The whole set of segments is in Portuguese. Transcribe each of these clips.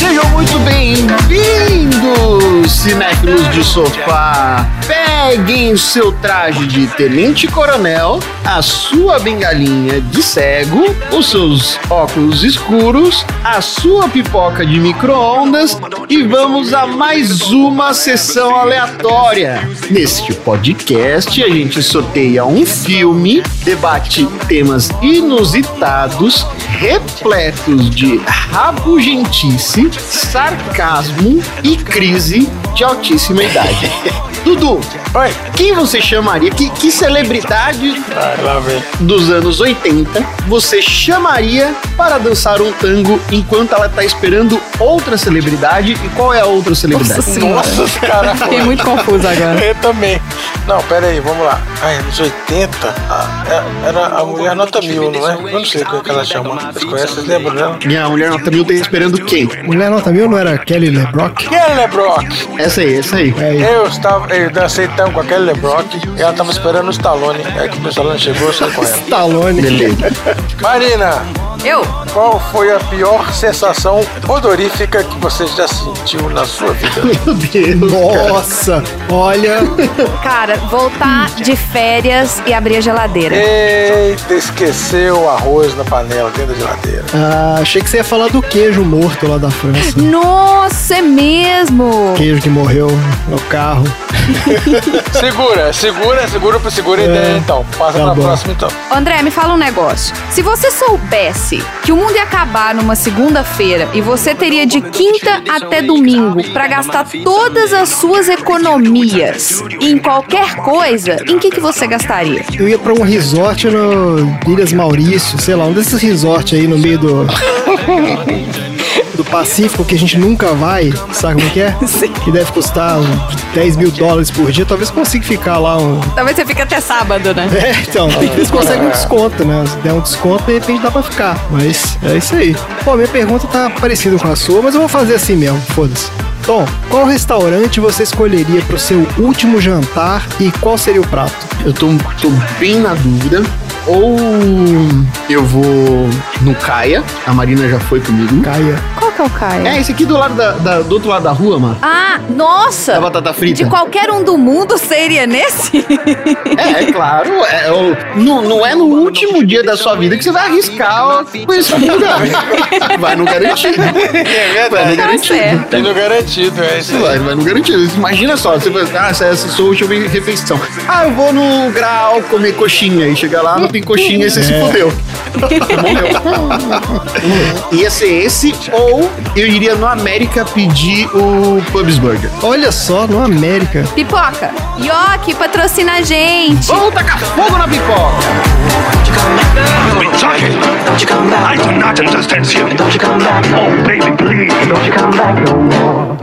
Sejam muito bem-vindos, cinéfilos de sofá. Peguem o seu traje de tenente coronel, a sua bengalinha de cego, os seus óculos escuros, a sua pipoca de micro-ondas e vamos a mais uma sessão aleatória. Neste podcast, a gente sorteia um filme, debate temas inusitados, repletos de rabugentice, sarcasmo e crise de altíssima idade. Dudu, Oi. quem você chamaria? Que, que celebridade Ai, lá vem. dos anos 80 você chamaria para dançar um tango enquanto ela tá esperando outra celebridade? E qual é a outra celebridade? Nossa Senhora. Nossa, os caras. Fiquei muito confuso agora. Eu também. Não, pera aí, vamos lá. Ai, anos 80, a- é- era a mulher nota mil, não é? Eu não sei como é que ela chama. Vocês conhecem, vocês lembram dela? Minha mulher nota mil tá esperando quem? Mulher nota mil não era Kelly LeBrock? Quem era Lebrock? Essa aí, essa aí. É, Eu estava, eu dancei então com aquele Lebrock e ela tava esperando o Stallone. Aí que o Stallone chegou, eu saí com ela. Stallone. Beleza. Marina, Eu? qual foi a pior sensação odorífica que você já sentiu na sua vida? Meu Deus. Nossa, olha, Cara, voltar de férias e abrir a geladeira. Eita, esqueceu o arroz na panela dentro da geladeira. ah, achei que você ia falar do queijo morto lá da França. Nossa, é mesmo! Queijo que morreu no carro. Segura, segura, segura, segura a ideia então. Passa tá pra bom. próxima então. André, me fala um negócio. Se você soubesse que o mundo ia acabar numa segunda-feira e você teria de quinta até domingo pra gastar todas as suas economias em qualquer coisa, em que, que você gastaria? Eu ia pra um resort no Ilhas Maurício, sei lá, um desses resorts aí no meio do. Do Pacífico, que a gente nunca vai, sabe como que é? Que deve custar uns 10 mil dólares por dia. Talvez consiga ficar lá um, Talvez você fique até sábado, né? É, então, eles Ah. conseguem um desconto, né? Se der um desconto, de repente dá pra ficar. Mas é isso aí. Bom, minha pergunta tá parecida com a sua, mas eu vou fazer assim mesmo, foda-se. Tom, qual restaurante você escolheria pro seu último jantar e qual seria o prato? Eu tô, tô bem na dúvida. Ou eu vou no Caia. A Marina já foi comigo. Caia. Qual que é o Caio? É, esse aqui do lado da, da- do outro lado da rua, mano. Ah, Da nossa! batata frita. De qualquer um do mundo seria nesse? É, é claro. é o- não, não é no último dia da sua vida que você vai arriscar o- com esse lugar. Vai no garantido. É Vai no Tá certo. garantido. E no garantido, é isso aí. Vai, vai no garantido. Imagina só, você vai, ah, essa é a sua última refeição. Ah, eu vou no grau comer coxinha. E chega lá, não tem coxinha e você se fodeu. Morreu. Ia ser esse, ou eu iria no América pedir o Pubs Burger. Olha só, no América. Pipoca, Yoki patrocina a gente. Vamos tacar fogo na pipoca! Wait, Saki! Don't you come back. I do not understand you. Don't you come back. Oh, baby, please. Don't you come back no more.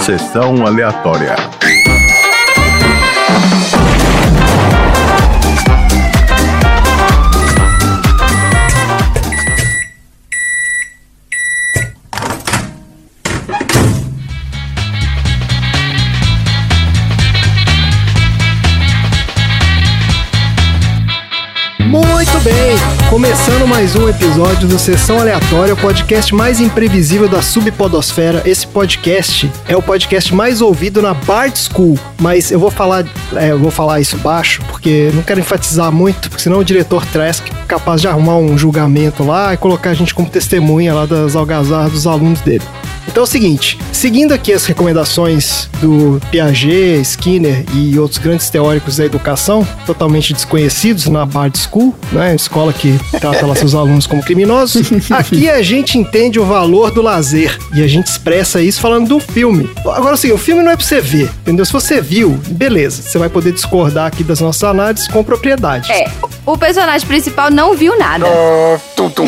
Sessão aleatória. Muito bem! Começando mais um episódio do Sessão Aleatória, o podcast mais imprevisível da subpodosfera. Esse podcast é o podcast mais ouvido na Bard School, mas eu vou falar, é, eu vou falar isso baixo, porque não quero enfatizar muito, porque senão o diretor Trask é capaz de arrumar um julgamento lá e colocar a gente como testemunha lá das algazarras dos alunos dele. Então é o seguinte, seguindo aqui as recomendações do Piaget, Skinner e outros grandes teóricos da educação, totalmente desconhecidos na Bard School, né, escola que trata lá seus alunos como criminosos, aqui a gente entende o valor do lazer e a gente expressa isso falando do filme. Agora sim, o filme não é pra você ver, entendeu? Se você viu, beleza, você vai poder discordar aqui das nossas análises com propriedade. É. o personagem principal não viu nada. Ah, tum, tum.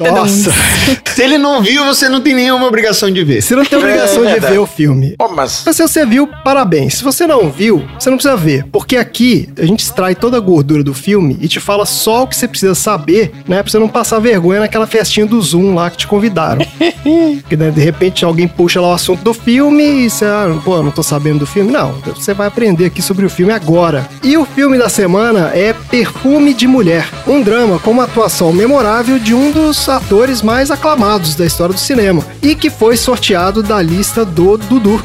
Nossa. Se ele não viu, você não tem nenhuma obrigação de ver. Você não tem obrigação de verdade. ver o filme. Ô, mas Mas se você viu, parabéns. Se você não viu, você não precisa ver. Porque aqui a gente extrai toda a gordura do filme e te fala só o que você precisa saber, né? Pra você não passar vergonha naquela festinha do Zoom lá que te convidaram. Porque né, de repente alguém puxa lá o assunto do filme e você, ah, pô, não tô sabendo do filme. Não, você vai aprender aqui sobre o filme agora. E o filme da semana é Perfume de Mulher, um drama com uma atuação memorável de um dos atores mais aclamados da história do cinema e que foi sorteado da lista do Dudu.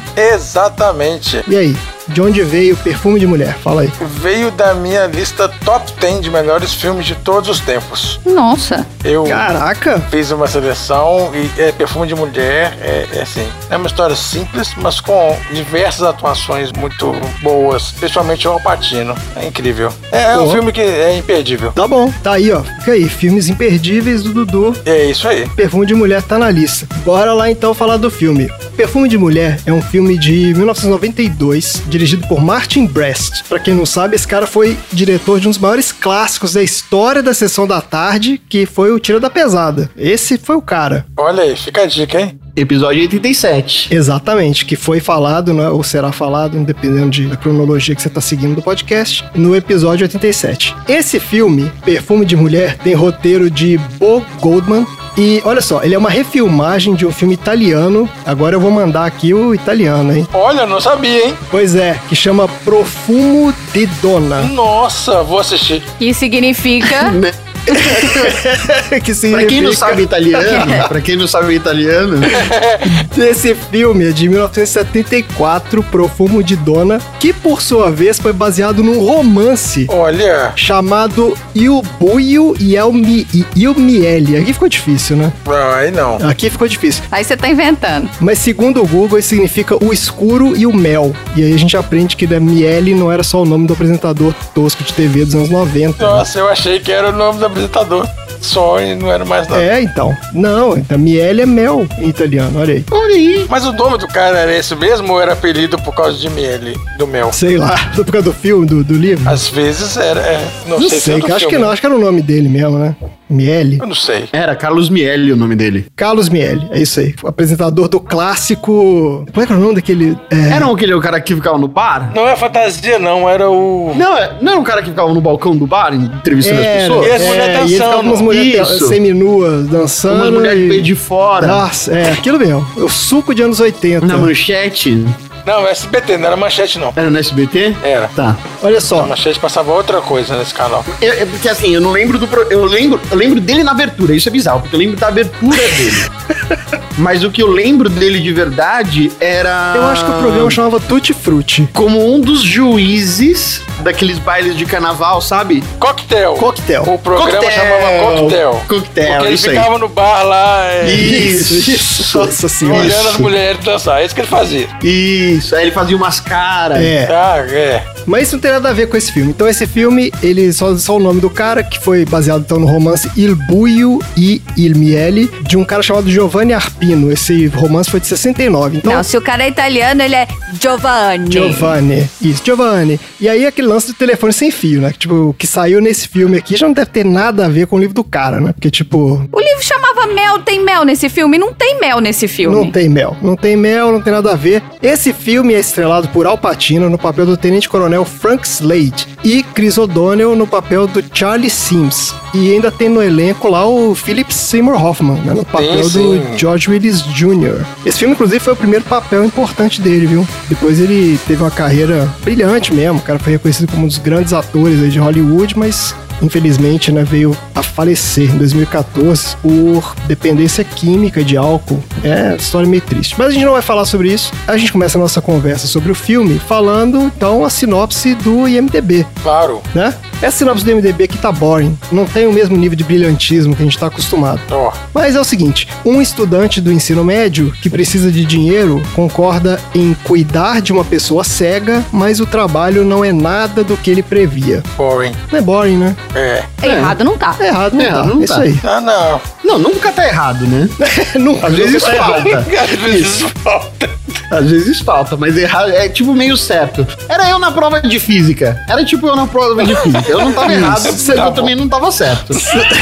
exatamente. E aí, de onde veio o perfume de mulher? Fala aí. Veio da minha lista top 10 de melhores filmes de todos os tempos. Nossa. Eu Caraca! fiz uma seleção e é perfume de mulher, é, é assim. É uma história simples, mas com diversas atuações muito boas, principalmente o Alpatino. É incrível. É, é um Pô. filme que é imperdível. Tá bom, tá aí, ó. Fica aí, filmes imperdíveis do Dudu. É isso aí. Perfume de Mulher tá na lista. Bora lá então falar do filme. Perfume de Mulher é um filme de 1992, dirigido por Martin Brest. Pra quem não sabe, esse cara foi diretor de um dos maiores clássicos da história da Sessão da Tarde, que foi o Tira da Pesada. Esse foi o cara. Olha aí, fica a dica, hein? Episódio 87. Exatamente, que foi falado, né, ou será falado, dependendo de- da cronologia que você está seguindo do podcast, no episódio 87. Esse filme, Perfume de Mulher, tem roteiro de Bo Goldman. E olha só, ele é uma refilmagem de um filme italiano. Agora eu vou mandar aqui o italiano, hein? Olha, eu não sabia, hein? Pois é, que chama Profumo di Donna. Nossa, vou assistir. Que significa. que Pra quem não significa- sabe italiano, pra quem não sabe italiano, Esse filme é de 1974, Profumo di Donna, que por sua vez foi baseado num romance Olha, chamado Il Buio e El Mi- e Il Miele. Aqui ficou difícil, né? aí não. Aqui ficou difícil. Aí você tá inventando. Mas segundo o Google, isso significa o escuro e o mel. E aí a gente aprende que da Miele não era só o nome do apresentador tosco de TV dos anos 90. né? Nossa, eu achei que era o nome do apresentador. Só e não era mais nada. É, então. Não, da Miele é mel em italiano, olha aí. olha aí. Mas o nome do cara era esse mesmo ou era apelido por causa de miele, do mel? Sei lá, por causa do filme, do, do livro? Às vezes era. é, não, Não Ah, sei, se é sei, do que acho que filme. não, acho que era o nome dele mesmo, né? Miele. Eu não sei. Era Carlos Miele o nome dele. Carlos Miele, é isso aí. O apresentador do clássico. Como é que era o nome daquele. É, Era aquele o cara que ficava no bar? Não é fantasia, não, era o. Não, é- não era um cara que ficava no balcão do bar entrevistando as Era, pessoas? E as mulheres é, e ele tava dançando. com umas mulheres Isso. seminuas dançando. Uma mulher de e- peito de um fora, Nossa, é, aquilo mesmo. O suco de anos 80. na manchete. Não, é SBT, não era manchete, não. Era no SBT? Era. Tá. Olha A só. manchete passava outra coisa nesse canal. Eu, é porque assim, eu não lembro do. Pro... Eu, lembro, eu lembro dele na abertura, isso é bizarro, porque eu lembro da abertura dele. Mas o que eu lembro dele de verdade era. Eu acho que o Ah. programa chamava Tutti Frutti. Como um dos juízes daqueles bailes de carnaval, sabe? Coquetel. Coquetel. O programa Coquetel. chamava Coquetel. Coquetel, Porque ele isso aí. ficava no bar lá, é, Isso, Nossa senhora. olhando as mulheres dançar. É isso que ele fazia. Isso, aí ele fazia umas caras. É, Ah, é. mas isso não tem nada a ver com esse filme. Então, esse filme, ele só, só o nome do cara, que foi baseado então no romance Il Buio e Il Miele, de um cara chamado Giovanni Arpino. Esse romance foi de 69. Então, Não, se o cara é italiano, ele é Giovanni. Giovanni. Isso, Giovanni. E aí aquele lance do telefone sem fio, né? Que, Tipo, o que saiu nesse filme aqui já não deve ter nada a ver com o livro do cara, né? Porque, tipo, O livro chamava Mel, tem mel nesse filme? Não tem mel nesse filme. não tem mel. Não tem mel, não tem nada a ver. Esse filme é estrelado por Al Pacino no papel do Tenente Coronel Frank Slade e Chris O'Donnell no papel do Charlie Sims. E ainda tem no elenco lá o Philip Seymour Hoffman, né? No papel sim. do George Willis Jr. Esse filme, inclusive, foi o primeiro papel importante dele, viu? Depois ele teve uma carreira brilhante mesmo. O cara foi reconhecido como um dos grandes atores aí de Hollywood, mas infelizmente né, veio a falecer em 2014 por dependência química de álcool. É história meio triste. Mas a gente não vai falar sobre isso. A gente começa a nossa conversa sobre o filme falando, então, a sinopse do IMDB Claro. né? Essa sinopse do MDB aqui tá boring, não tem o mesmo nível de brilhantismo que a gente tá acostumado. Ó. Mas é o seguinte, um estudante do ensino médio que precisa de dinheiro concorda em cuidar de uma pessoa cega, mas o trabalho não é nada do que ele previa. Boring. Não é boring, né? É. Errado não tá. É errado, não É, tá. não Isso tá. aí. Ah, não. Não, nunca tá errado, né? não, Às vezes tá errado. falta. Às vezes falta. Às vezes falta, mas errado é tipo meio certo. Era eu na prova de física. Era tipo eu na prova de física. Eu não tava errado, você tá bom. também não tava certo.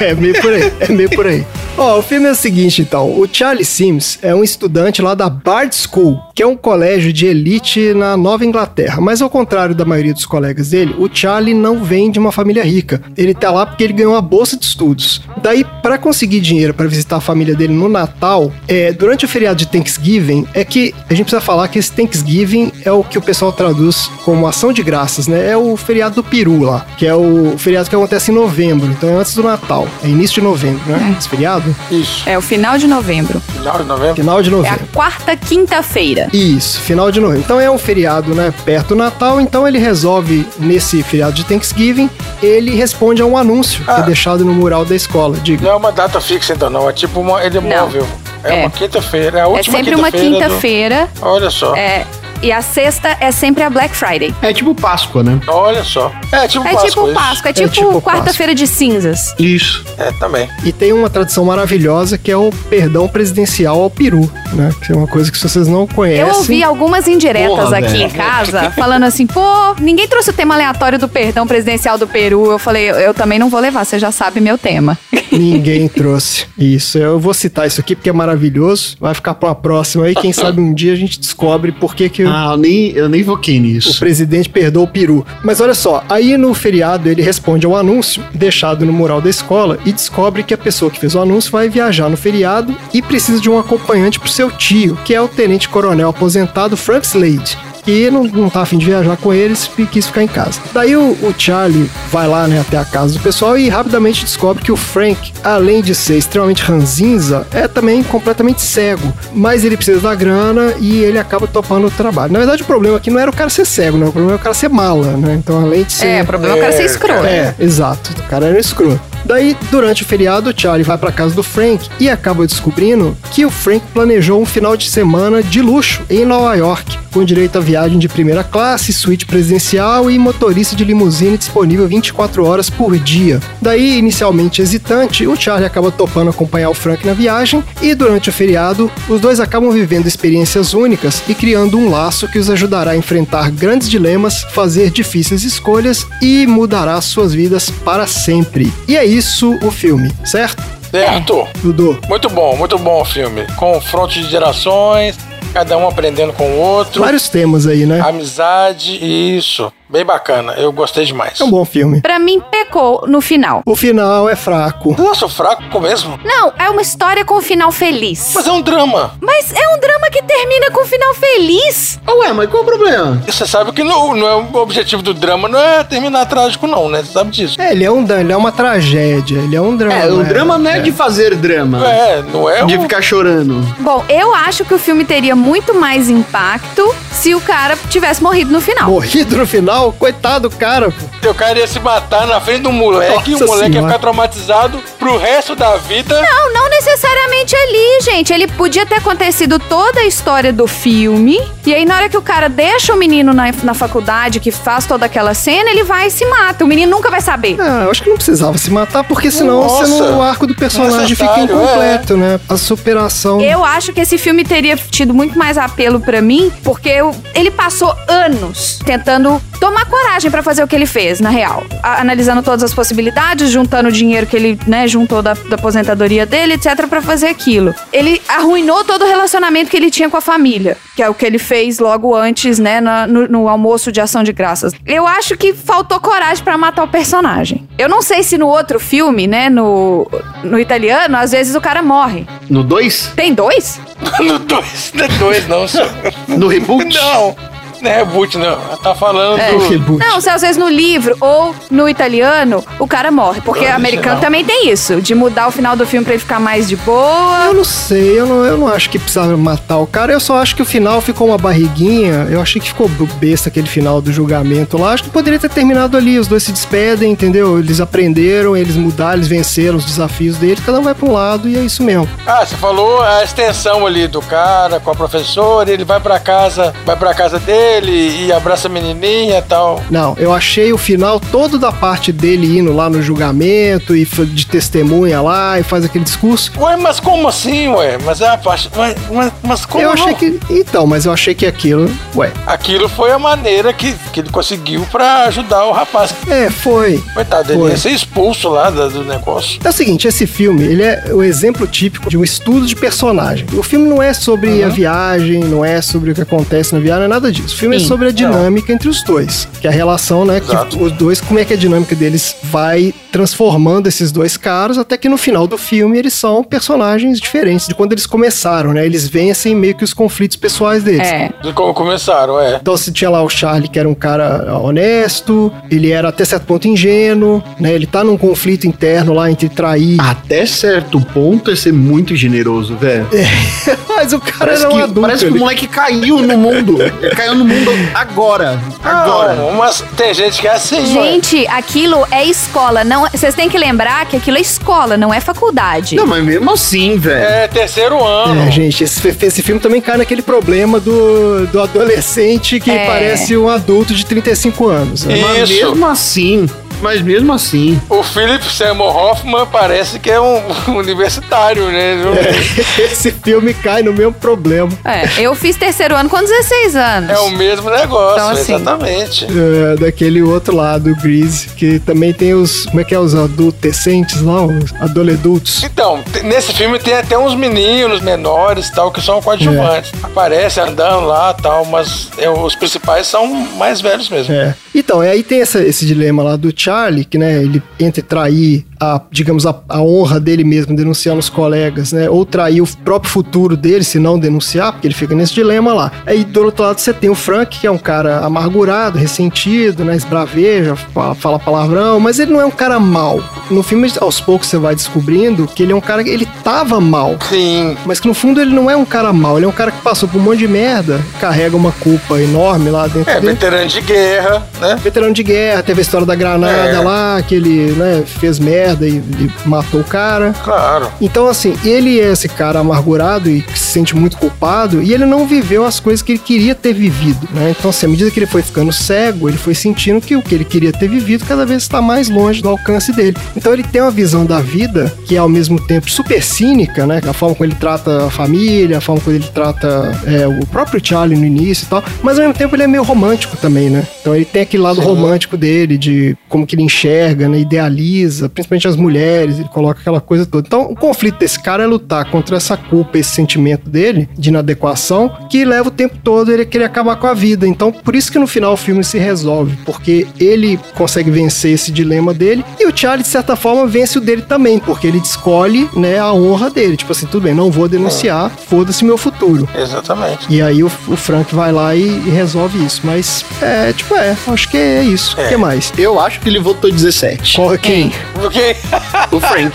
é meio por aí, é meio por aí. Ó, o filme é o seguinte, então. O Charlie Sims é um estudante lá da Bard School, que é um colégio de elite na Nova Inglaterra. Mas ao contrário da maioria dos colegas dele, o Charlie não vem de uma família rica. Ele tá lá porque ele ganhou uma bolsa de estudos. Daí, pra conseguir dinheiro pra visitar a família dele no Natal, é, durante o feriado de Thanksgiving, é que a gente precisa falar que esse Thanksgiving é o que o pessoal traduz como ação de graças, né? É o feriado do Peru lá, que é o feriado que acontece em novembro, então é antes do Natal, é início de novembro, né? Esse feriado, Isso. É o final de novembro. Final de novembro. final de É a novembro. quarta quinta-feira. Isso, final de novembro. Então é um feriado, né? Perto do Natal, então ele resolve, nesse feriado de Thanksgiving, ele responde a um anúncio que é deixado no mural da escola. Diga. Não é uma data fixa, então, não. É tipo uma. Ele é Não. móvel. É, É. uma quinta-feira. É a É última sempre uma quinta-feira do- quinta-feira. Olha só. É, e a sexta é sempre a Black Friday. É tipo Páscoa, né? Olha só. É tipo É Páscoa. tipo isso. Páscoa, é tipo, tipo quarta-feira de cinzas. Isso. É, também. E tem uma tradição maravilhosa que é o perdão presidencial ao peru, né? Que é uma coisa que se vocês não conhecem. Eu ouvi algumas indiretas Porra, aqui velho. em casa, falando assim, pô, ninguém trouxe o tema aleatório do perdão presidencial do Peru. Eu falei, eu também não vou levar, você já sabe meu tema. Ninguém trouxe. Isso, eu vou citar isso aqui porque é maravilhoso. Vai ficar pra uma próxima aí. Quem sabe um dia a gente descobre por que, que Ah, eu nem, eu nem voquei o nisso. presidente perdoa o peru. Mas olha só, aí no feriado ele responde ao anúncio deixado no mural da escola e descobre que a pessoa que fez o anúncio vai viajar no feriado e precisa de um acompanhante pro seu tio, que é o tenente coronel aposentado Frank Slade. que não, não tá afim de viajar com eles e quis ficar em casa. Daí o, o Charlie vai lá, né, até a casa do pessoal e rapidamente descobre que o Frank, além de ser extremamente ranzinza, é também completamente cego. Mas ele precisa da grana e ele acaba topando o trabalho. Na verdade, o problema aqui não era o cara ser cego, né? O problema é o cara ser mala, né? Então, além de ser. É, o problema é o cara ser É, escroto. É, exato. O cara era escroto. Daí, durante o feriado, o Charlie vai pra casa do Frank e acaba descobrindo que o Frank planejou um final de semana de luxo em Nova York, com direito a viagem de primeira classe, suíte presidencial e motorista de limusine disponível 24 horas por dia. Daí, inicialmente hesitante, o Charlie acaba topando acompanhar o Frank na viagem e durante o feriado, os dois acabam vivendo experiências únicas e criando um laço que os ajudará a enfrentar grandes dilemas, fazer difíceis escolhas e mudará suas vidas para sempre. E é isso o filme, certo? É. Certo. Dudu, É, Muito bom, muito bom o filme. Confronto de gerações, cada um aprendendo com o outro. vários temas aí, né? Amizade, isso. Bem bacana. Eu gostei demais. É um bom filme. Pra mim, pecou no final. O final é fraco. Nossa, eu fraco mesmo. Não, é uma história com final feliz. Mas é um drama. Mas é um drama que termina com final feliz. Ué, mas qual o problema? E você sabe que não, não é o objetivo do drama não é terminar trágico, não, né? Você sabe disso. É, ele é um dra- ele é uma tragédia, ele é um drama. É, o drama não é, de fazer drama. É, não é De o... ficar chorando. Bom, eu acho que o filme teria muito mais impacto se o cara tivesse morrido no final. Morrido no final, coitado do cara. pô. O cara ia se matar na frente do moleque e o Nossa moleque ia Senhora. ficar traumatizado pro resto da vida. Não, não necessariamente ali, gente. Ele podia ter acontecido toda a história do filme. E aí, na hora que o cara deixa o menino na, na faculdade, que faz toda aquela cena, ele vai e se mata. O menino nunca vai saber. Ah, eu acho que não precisava se matar, porque senão Nossa. você não- o arco do personagem fica Necessário, incompleto, né? A superação. Eu acho que esse filme teria tido muito mais apelo pra mim, porque eu- ele passou anos tentando tomar coragem pra fazer o que ele fez, na real. A- analisando todas as possibilidades, juntando o dinheiro que ele, né, juntou da, da aposentadoria dele, etc, pra fazer aquilo. Ele arruinou todo o relacionamento que ele tinha com a família, que é o que ele fez logo antes, né, na- no, no almoço de ação de graças. Eu acho que faltou coragem pra matar o personagem. Eu não sei se no outro filme, né, no, no italiano, às vezes o cara morre. No 2? Tem dois? No dois, não é dois, não, senhor. No reboot? Não, não é reboot, não. Tá falando O do. reboot. Não, se às vezes no livro ou no italiano, o cara morre. Porque Não, americano não. também tem isso, de mudar o final do filme pra ele ficar mais de boa. Eu não sei, eu não, eu não acho que precisava matar o cara, eu só acho que o final ficou uma barriguinha. Eu achei que ficou b- besta aquele final do julgamento lá. Acho que poderia ter terminado ali. Os dois se despedem, entendeu? Eles aprenderam, eles mudaram, eles venceram os desafios deles, cada um vai pra um lado e é isso mesmo. Ah, você falou a extensão ali do cara com a professora, ele vai pra casa, vai pra casa dele e abraça a menininha e tal. Não, eu achei o final todo da parte dele indo lá no julgamento e f- de testemunha lá e faz aquele discurso. Ué, mas como assim, ué? Mas é a parte. Mas, mas, mas como eu achei não? que. Então, mas eu achei que aquilo. Ué. Aquilo foi a maneira que, que ele conseguiu pra ajudar o rapaz. É, foi. Coitado, ele Foi. ia ser expulso lá da- do negócio. É o seguinte, esse filme, ele é o exemplo típico de um estudo de personagem. O filme não é sobre a viagem, não é sobre o que acontece na viagem, não é nada disso. O filme é Sim. sobre a dinâmica entre os dois, que é a relação, né, que Exato. os dois, como é que a dinâmica deles vai transformando esses dois caras até que no final do filme eles são personagens diferentes de quando eles começaram, né? Eles vencem meio que os conflitos pessoais deles. É. De como começaram, é. Então você tinha lá o Charlie, que era um cara honesto, ele era até certo ponto ingênuo, né? Ele tá num conflito interno lá entre trair Até certo ponto é ser muito generoso, velho. Mas o cara Parece, era um que, adulto. parece que o ele- moleque caiu no mundo. Ele caiu no mundo agora. Ah. Agora. Não, mas tem gente que é assim, ué. Gente, aquilo é escola. Não, vocês têm que lembrar que aquilo é escola, não é faculdade. Não, mas mesmo assim, velho. É terceiro ano. É, gente, esse, fi- esse filme também cai naquele problema do, do adolescente que É. parece um adulto de 35 anos. né? Mas É Isso. mesmo assim. Mas mesmo assim. O Philip Seymour Hoffman parece que é um, um universitário, né? É. Esse filme cai no mesmo problema. É, eu fiz terceiro ano com 16 anos. É, o mesmo negócio, Então, assim- exatamente. é, daquele outro lá, do Grease, que também tem os. Como é que é? Os adolescentes lá? Os adoledutos. Então, t- nesse filme tem até uns meninos menores tal, que são coadjuvantes. É. Aparece andando lá tal, mas é, os principais são mais velhos mesmo. É. Então, aí tem essa- esse dilema lá do Charlie, que, né, ele entre trair a, digamos, a, a honra dele mesmo, denunciando os colegas, né, ou trair o próprio futuro dele, se não denunciar, porque ele fica nesse dilema lá. Aí, do outro lado, você tem o Frank, que é um cara amargurado, ressentido, né, esbraveja, fala, fala palavrão, mas ele não é um cara mal. No filme, aos poucos, você vai descobrindo que ele é um cara que ele tava mal. Sim, Mas que no fundo ele não é um cara mal, ele é um cara que passou por um monte de merda, carrega uma culpa enorme lá dentro é dele veterano de guerra, né? veterano de guerra, teve a história da granada É. lá, que ele né, fez merda e, e matou o cara. Claro. Então, assim, ele é esse cara amargurado e que se sente muito culpado, e ele não viveu as coisas que ele queria ter vivido, né? Então, assim, à medida que ele foi ficando cego, ele foi sentindo que o que ele queria ter vivido cada vez está mais longe do alcance dele. Então, ele tem uma visão da vida que é, ao mesmo tempo, super cínica, né? A forma como ele trata a família, a forma como ele trata é, o próprio Charlie no início e tal, mas, ao mesmo tempo, ele é meio romântico também, né? Então, ele tem aquele lado romântico dele, de como que ele enxerga, né? Idealiza, principalmente as mulheres, ele coloca aquela coisa toda. Então, o conflito desse cara é lutar contra essa culpa, esse sentimento dele de inadequação, que leva o tempo todo ele a querer acabar com a vida. Então, por isso que no final o filme se resolve, porque ele consegue vencer esse dilema dele e o Charlie, de certa forma, vence o dele também, porque ele escolhe, né, a honra dele. Tipo assim, tudo bem, não vou denunciar, foda-se meu futuro. Exatamente. E aí o, o Frank vai lá e, e resolve isso. Mas é, tipo, é, acho que é isso. O que mais? Eu acho que ele votou 17. Qual, quem? Porque. O Frank.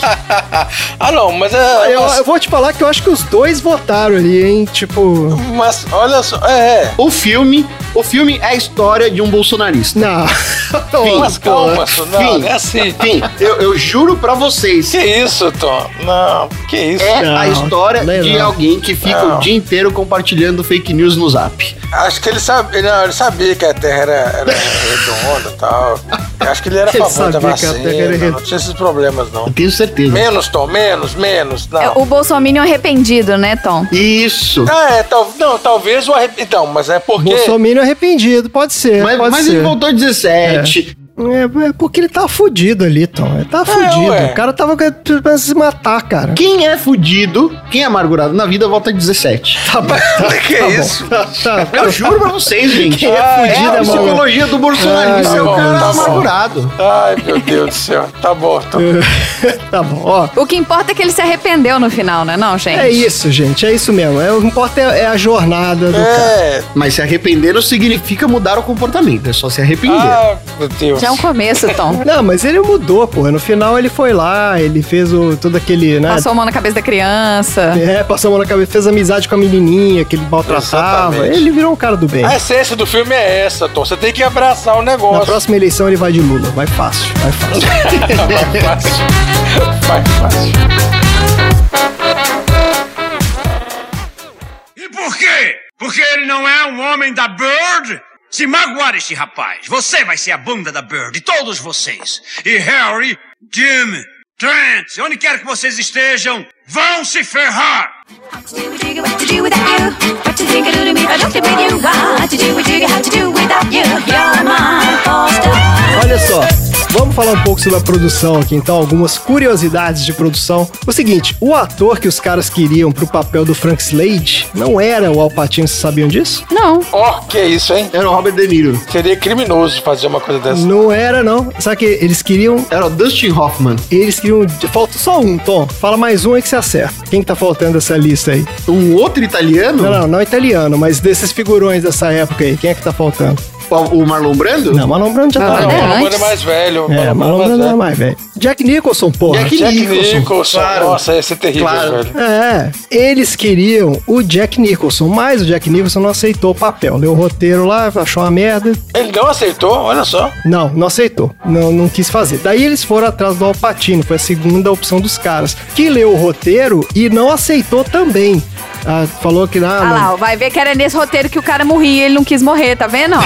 ah, não, mas é. Eu, mas, eu vou te falar que eu acho que os dois votaram ali, hein? Tipo. mas olha só, é. é. O filme. O filme é a história de um bolsonarista. Não. Mas calma, Tom, não, Fim. é assim. Enfim, eu, eu juro pra vocês. Que isso, Tom? Não, que isso? É Não, a história não é de não. alguém que fica Não. o dia inteiro compartilhando fake news no zap. Acho que ele sabia, não, ele sabia que a Terra era, era redonda e tal. Eu Acho que ele era a Ele favor da sabia que a vacina, Terra era não redonda. tinha esses problemas não. Eu tenho certeza. É. Menos, Tom, menos, menos, não. É o Bolsominion arrependido, né, Tom? Isso. Ah, é, tal, não, talvez o arre... Então, mas é porque... Bolsonaro arrependido, pode ser. mas É, pode mas ser. ele voltou 17. É, é porque ele tá fudido ali, Tom. Ele tá fudido. ué. o cara tava querendo pra se matar, cara. Quem é fudido, quem é amargurado na vida, volta 17. Tá, bom, tá, Que tá isso? Bom. Tá, tá. Eu juro pra vocês, gente. Quem é fudido a é maluco. psicologia do bolsonarista. Ah, é o tá cara bom, tá bom. amargurado. Ai, meu Deus do céu. Tá bom, Tom. tá bom, ó. O que importa é que ele se arrependeu no final, né, não, gente? É isso, gente. É isso mesmo. É, o que importa é, é a jornada do cara. É, Mas se arrepender não significa mudar o comportamento. É só se arrepender. ah, meu Deus. Já é um começo, Tom. Não, mas ele mudou, porra. No final ele foi lá, ele fez o, todo aquele, né? Passou a mão na cabeça da criança. É, passou a mão na cabeça, fez amizade com a menininha que ele maltratava. Exatamente. Ele virou um cara do bem. A essência do filme é essa, Tom. Você tem que abraçar o Na negócio. próxima eleição ele vai de Lula. Vai fácil, vai fácil. Vai fácil. Vai fácil. E por quê? Porque ele não é um homem da Bird? Se magoar este rapaz, você vai ser a bunda da Bird, e todos vocês. E Harry, Jim, Trent, onde quer que vocês estejam, vão se ferrar! What to do, what you, what to do without you? What you think I do to me if I don't live with you? What to do, what you, how to do without you? You're my foster. Olha só, vamos falar um pouco sobre a produção aqui, então, algumas curiosidades de produção. O seguinte, o ator que os caras queriam pro papel do Frank Slade não era o Al Pacino, vocês sabiam disso? Não. Ó, que isso, hein? Era o Robert De Niro. Seria criminoso fazer uma coisa dessa. Não era, não. Sabe que eles queriam... Era o Dustin Hoffman. Eles queriam... Falta só um, Tom. Fala mais um aí que você acerta. Quem que tá faltando dessa lista aí? Um outro italiano? Não, não, não italiano, mas desses figurões dessa época aí. Quem é que tá faltando? O Marlon Brando? Não, Marlon Brando já Não, tá... não. o velho. Marlon Brando antes. é mais velho. É, Marlon mais Brando velho. era mais velho. Jack Nicholson, porra. Jack Jack Nicholson, Nicholson. assim. claro. Nossa, esse é terrível, Claro. velho. É, eles queriam o Jack Nicholson, mas o Jack Nicholson não aceitou o papel. Leu o roteiro lá, achou uma merda. Ele não aceitou, olha só. Não, não aceitou. Não, não quis fazer. Daí eles foram atrás do Alpatino, foi a segunda opção dos caras, que leu o roteiro e não aceitou também. Ah, falou que ah, Ah não, lá, ó, vai ver que era nesse roteiro que o cara morria e ele não quis morrer, tá vendo? ó?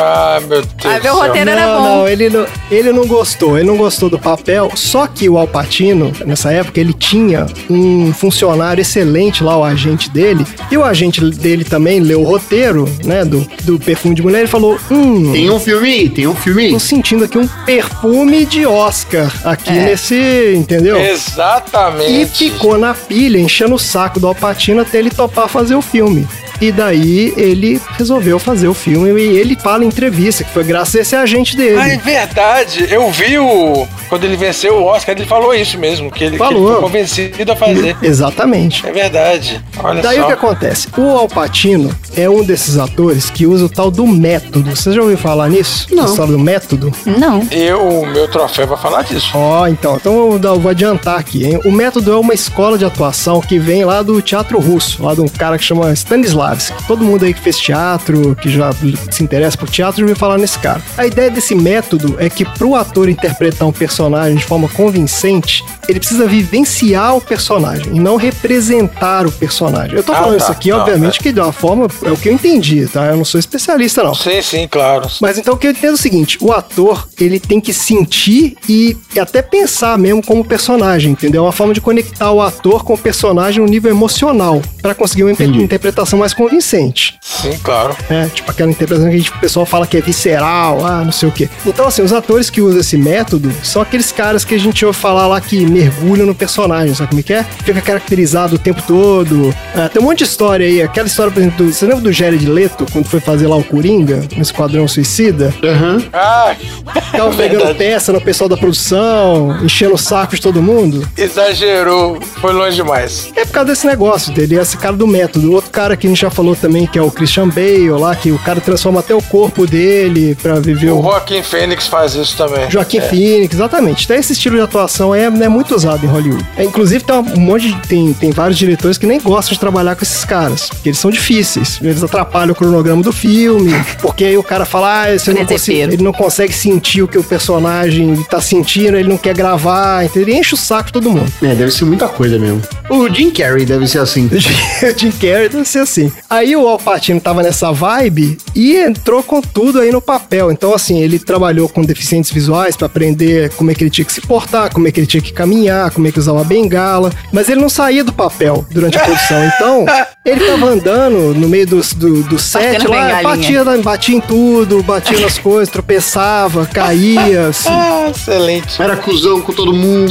Ah, meu Deus. Vai ver o do céu. roteiro era não, bom. não, ele não, ele não gostou, ele não gostou do papel, só que o Alpatino, nessa época, ele tinha um funcionário excelente lá, o agente dele, e o agente dele também leu o roteiro, né, do, do perfume de mulher, e falou, hum, Tem um filme aí, tem um filme aí. tô sentindo aqui um perfume de Oscar aqui nesse, entendeu? E Exatamente. ficou na pilha, enchendo o saco do Alpatino até ele topar fazer o filme. E daí ele resolveu fazer o filme e ele fala em entrevista que foi graças a esse agente dele. Ah, é verdade. Eu vi o. Quando ele venceu o Oscar, ele falou isso mesmo, que ele, que ele Falou. foi convencido a fazer. Exatamente. É verdade. Olha Daí só. o que acontece? O Alpatino é um desses atores que usa o tal do método. Você já ouviu falar nisso? Não. Você sabe do método? Não. Eu, o meu troféu vai falar disso. Ó, então, então eu vou dar- eu vou adiantar aqui, hein? O método é uma escola de atuação que vem lá do teatro russo, lá de um cara que chama Stanislavski. Todo mundo aí que fez teatro, que já se interessa por teatro, já ouviu falar nesse cara. A ideia desse método é que pro ator interpretar um personagem de forma convincente, ele precisa vivenciar o personagem e não representar o personagem. Eu tô Ah, falando tá, isso aqui, tá, obviamente, que de uma forma é o que eu entendi, tá? Eu não sou especialista, não. Sim, sim, claro. Mas então o que eu entendo é o seguinte: o ator ele tem que sentir e e até pensar mesmo como personagem, entendeu? É uma forma de conectar o ator com o personagem no nível emocional, pra conseguir uma inter- interpretação mais convincente. Sim, claro. né? Tipo aquela interpretação que a gente, o pessoal fala que é visceral, ah, não sei o quê. Então, assim, os atores que usam esse método são aqueles caras que a gente ouve falar lá que mergulham no personagem, sabe como é que é? Fica caracterizado o tempo todo. Ah, tem um monte de história aí, aquela história, por exemplo, do, você lembra do Jared Leto, quando foi fazer lá o Coringa, no Esquadrão Suicida? Aham. Ah, Tava pegando verdade. peça no pessoal da produção, enchendo o saco de todo mundo. exagerou. Foi longe demais. É por causa desse negócio, entendeu? Esse cara do método. Outro cara que a gente já falou também, que é o Christian Bale lá, que o cara transforma até o corpo dele pra viver O o. Joaquim Fênix faz isso também. Joaquim Phoenix, exatamente. Até esse estilo de atuação é, né, muito usado em Hollywood. É, inclusive, tem um monte de, tem, tem vários diretores que nem gostam de trabalhar com esses caras, porque eles são difíceis. Eles atrapalham o cronograma do filme, porque aí o cara fala, ah, você não Presepeiro. consigo, ele não consegue sentir o que o personagem tá sentindo, ele não quer gravar, entendeu? Ele enche o saco de todo mundo. É, deve ser muita coisa mesmo. O Jim Carrey deve ser assim. O Jim Carrey deve ser assim. Aí o Alpatino tava nessa vibe e entrou com tudo aí no papel. Então, assim, ele trabalhou com deficientes visuais pra aprender como é que ele tinha que se portar, como é que ele tinha que caminhar, como é que usava a bengala. Mas ele não saía do papel durante a produção. Então, ele tava andando no meio dos- do, do set Batendo lá, bengalinha. batia, na- batia em tudo, batia nas coisas, tropeçava, caía, assim, Ah, excelente. Era cuzão com todo mundo.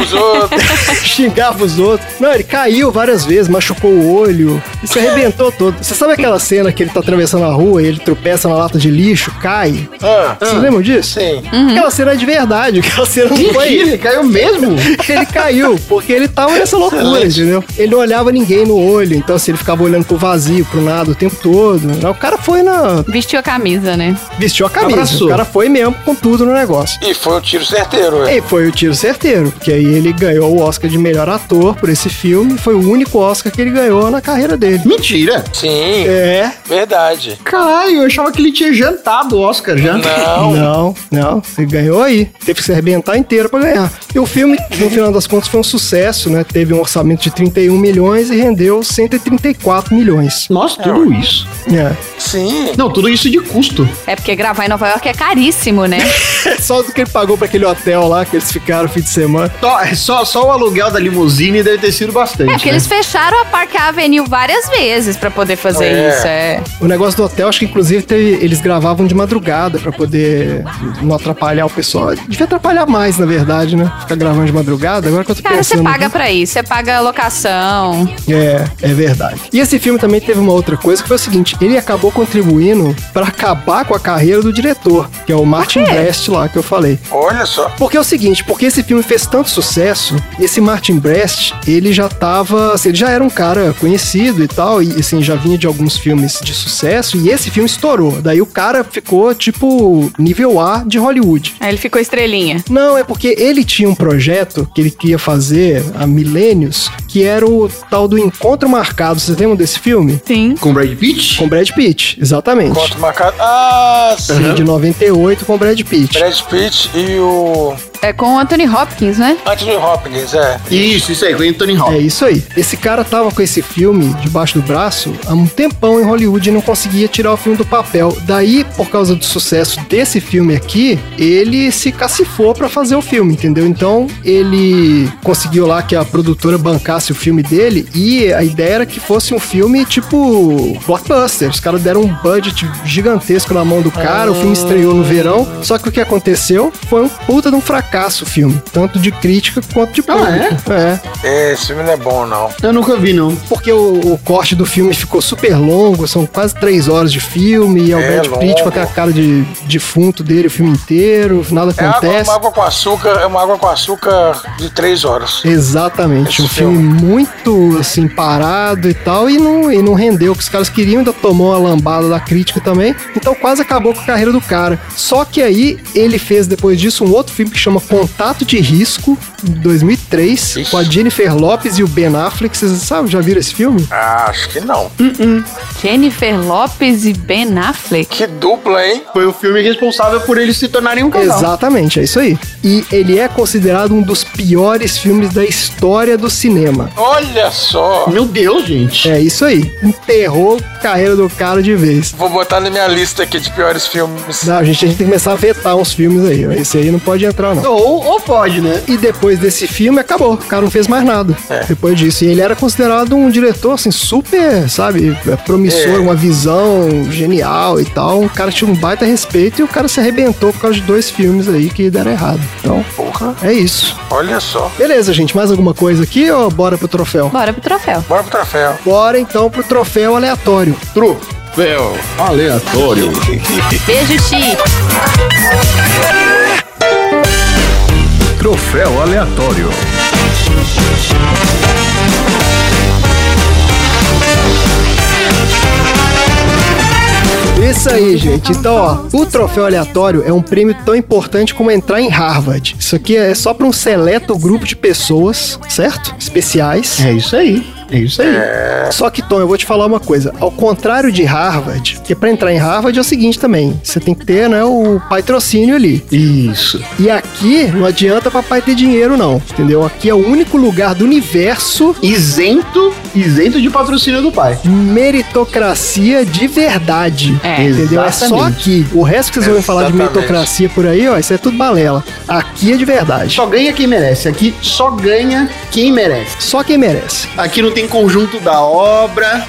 os outros. xingava os outros. Não, ele caiu várias vezes, machucou o olho, se arrebentou todo. Você sabe aquela cena que ele tá atravessando a rua e ele tropeça na lata de lixo, cai? Ah, Vocês lembram disso? sim. Aquela cena é de verdade, aquela cena não foi. Mentira, caiu mesmo? Ele caiu, porque ele tava nessa loucura, entendeu? Ele não olhava ninguém no olho, então assim, ele ficava olhando pro vazio, pro nada o tempo todo. O cara foi na. Vestiu a camisa, né? vestiu a camisa. Abraçou. O cara foi mesmo com tudo no negócio. E foi um tiro certeiro, velho. E foi o tiro certeiro, porque aí ele ganhou o Oscar de melhor ator por esse filme, foi o único Oscar que ele ganhou na carreira dele. Mentira. Sim, É. verdade. Caralho, eu achava que ele tinha jantado o Oscar já. Não. Não, não, ele ganhou aí. Teve que se arrebentar inteiro pra ganhar. E o filme, no final das contas, foi um sucesso, né? Teve um orçamento de 31 milhões e um rendeu 130 64 milhões. Nossa, tudo isso. É. Sim. Não, tudo isso de custo. É porque gravar em Nova York é caríssimo, né? Só do que ele pagou pra aquele hotel lá que eles ficaram o fim de semana. Só, é só, só o aluguel da limusine deve ter sido bastante. É porque né? eles fecharam a Park Avenue várias vezes pra poder fazer É. isso. É. O negócio do hotel, acho que inclusive teve- eles gravavam de madrugada pra poder não atrapalhar o pessoal. Devia atrapalhar mais, na verdade, né? Ficar gravando de madrugada, agora que eu tô Cara, você pensando. paga pra isso, você paga a locação. É, é verdade. E esse filme também teve uma outra coisa que foi o seguinte: ele acabou contribuindo pra acabar com a carreira do diretor, que é o Martin quê? Brest lá que eu falei. Olha só. Porque é o seguinte, porque esse filme fez tanto sucesso, esse Martin Brest, ele já tava, assim, ele já era um cara conhecido e tal, e assim, já vinha de alguns filmes de sucesso, e esse filme estourou. Daí o cara ficou, tipo, nível A de Hollywood. Aí ele ficou estrelinha. Não, é porque ele tinha um projeto que ele queria fazer há milênios, que era o tal do Encontro Marcado. Vocês lembram desse filme? Sim. Com Brad Pitt? Com Brad Pitt, exatamente. Contra marcado. Ah, sim. De 98 com Brad Pitt. Brad Pitt e o É com o Anthony Hopkins, né? Anthony Hopkins, é. Isso, isso aí, com Anthony É Hopkins. isso aí. Esse cara tava com esse filme debaixo do braço há um tempão em Hollywood e não conseguia tirar o filme do papel. Daí, por causa do sucesso desse filme aqui, ele se cacifou pra fazer o filme, entendeu? Então, ele conseguiu lá que a produtora bancasse o filme dele e a ideia era que fosse um filme tipo blockbuster. Os caras deram um budget gigantesco na mão do cara, o filme estreou no verão, só que o que aconteceu foi um puta de um fracasso o filme, tanto de crítica quanto de Ah, público. é. É, Esse filme não é bom, não. Eu nunca vi, não. Porque o, o corte do filme ficou super longo, são quase três horas de filme, e é o É Brad Pitt com longo. aquela cara de defunto dele o filme inteiro, nada É água, acontece. uma água com açúcar, é uma água com açúcar de três horas. Exatamente, Esse um filme muito assim parado e tal, e não, e não rendeu o que os caras queriam, ainda tomou a lambada da crítica também, então quase acabou com a carreira do cara. Só que aí ele fez depois disso um outro filme que chama Contato de Risco, em 2003, Ixi. com a Jennifer Lopes e o Ben Affleck. Vocês sabem, já viram esse filme? Ah, acho que não. Jennifer Lopes e Ben Affleck. Que dupla, hein? Foi o filme responsável por eles se tornarem um casal. Exatamente, é isso aí. E ele é considerado um dos piores filmes da história do cinema. Olha só. Meu Deus, gente. É isso aí. Enterrou a carreira do cara de vez. Vou botar na minha lista aqui de piores filmes. Não, gente, a gente tem que começar a vetar uns filmes aí. ó. Esse aí não pode entrar, não. Ou, ou pode, né? E depois desse filme, acabou. O cara não fez mais nada. É. Depois disso. E ele era considerado um diretor, assim, super, sabe, promissor, É. uma visão genial e tal. O cara tinha um baita respeito e o cara se arrebentou por causa de dois filmes aí que deram errado. Então, Porra. é isso. Olha só. Beleza, gente. Mais alguma coisa aqui ou bora pro troféu? Bora pro troféu. Bora pro troféu. Bora então pro troféu aleatório. Troféu aleatório. Beijo, Ti. Troféu aleatório. Isso aí, gente. Então, ó, o troféu aleatório é um prêmio tão importante como entrar em Harvard. Isso aqui é só pra um seleto grupo de pessoas, certo? Especiais. É isso aí. É isso aí. Só que, Tom, eu vou te falar uma coisa. Ao contrário de Harvard, que pra entrar em Harvard é o seguinte também: você tem que ter, né, o patrocínio ali. Isso. E aqui não adianta papai ter dinheiro, não. Entendeu? Aqui é o único lugar do universo Isento, isento de patrocínio do pai. meritocracia de verdade. É. Entendeu? É Exatamente. só aqui. O resto que vocês vão falar de Exatamente. meritocracia por aí, ó, isso é tudo balela. Aqui é de verdade. Só ganha quem merece. Aqui só ganha quem merece. Só quem merece. Aqui não tem conjunto da obra.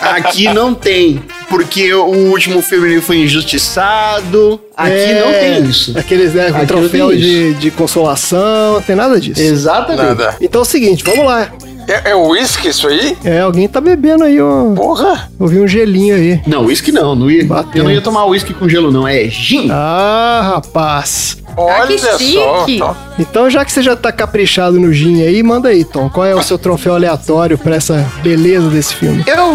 Aqui não tem, porque o último filme ele foi injustiçado. Aqui É, não tem isso. Aqueles né, Aqui não troféu tem de, de consolação, não tem nada disso. Exatamente. Nada. Então é o seguinte, vamos lá. É, é uísque isso aí? É, alguém tá bebendo aí, ó. Porra. Eu vi um gelinho aí. Não, uísque não. não ia, Bateu. eu não ia tomar uísque com gelo, não. É gin. Ah, rapaz. Olha Ah, que só. chique. Tom. Então, já que você já tá caprichado no gin aí, manda aí, Tom. Qual é o seu troféu aleatório pra essa beleza desse filme? Eu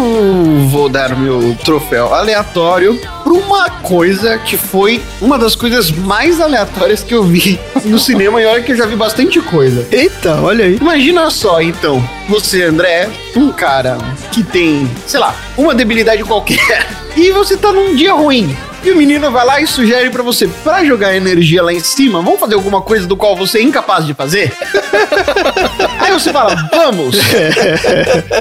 vou dar o meu troféu aleatório pra uma coisa que foi uma das coisas mais aleatórias que eu vi no cinema e olha que eu já vi bastante coisa. Eita, olha aí. Imagina só, então, você, André, um cara que tem, sei lá, uma debilidade qualquer, e você tá num dia ruim. E o menino vai lá e sugere pra você, pra jogar energia lá em cima, vamos fazer alguma coisa do qual você é incapaz de fazer? Aí você fala, vamos!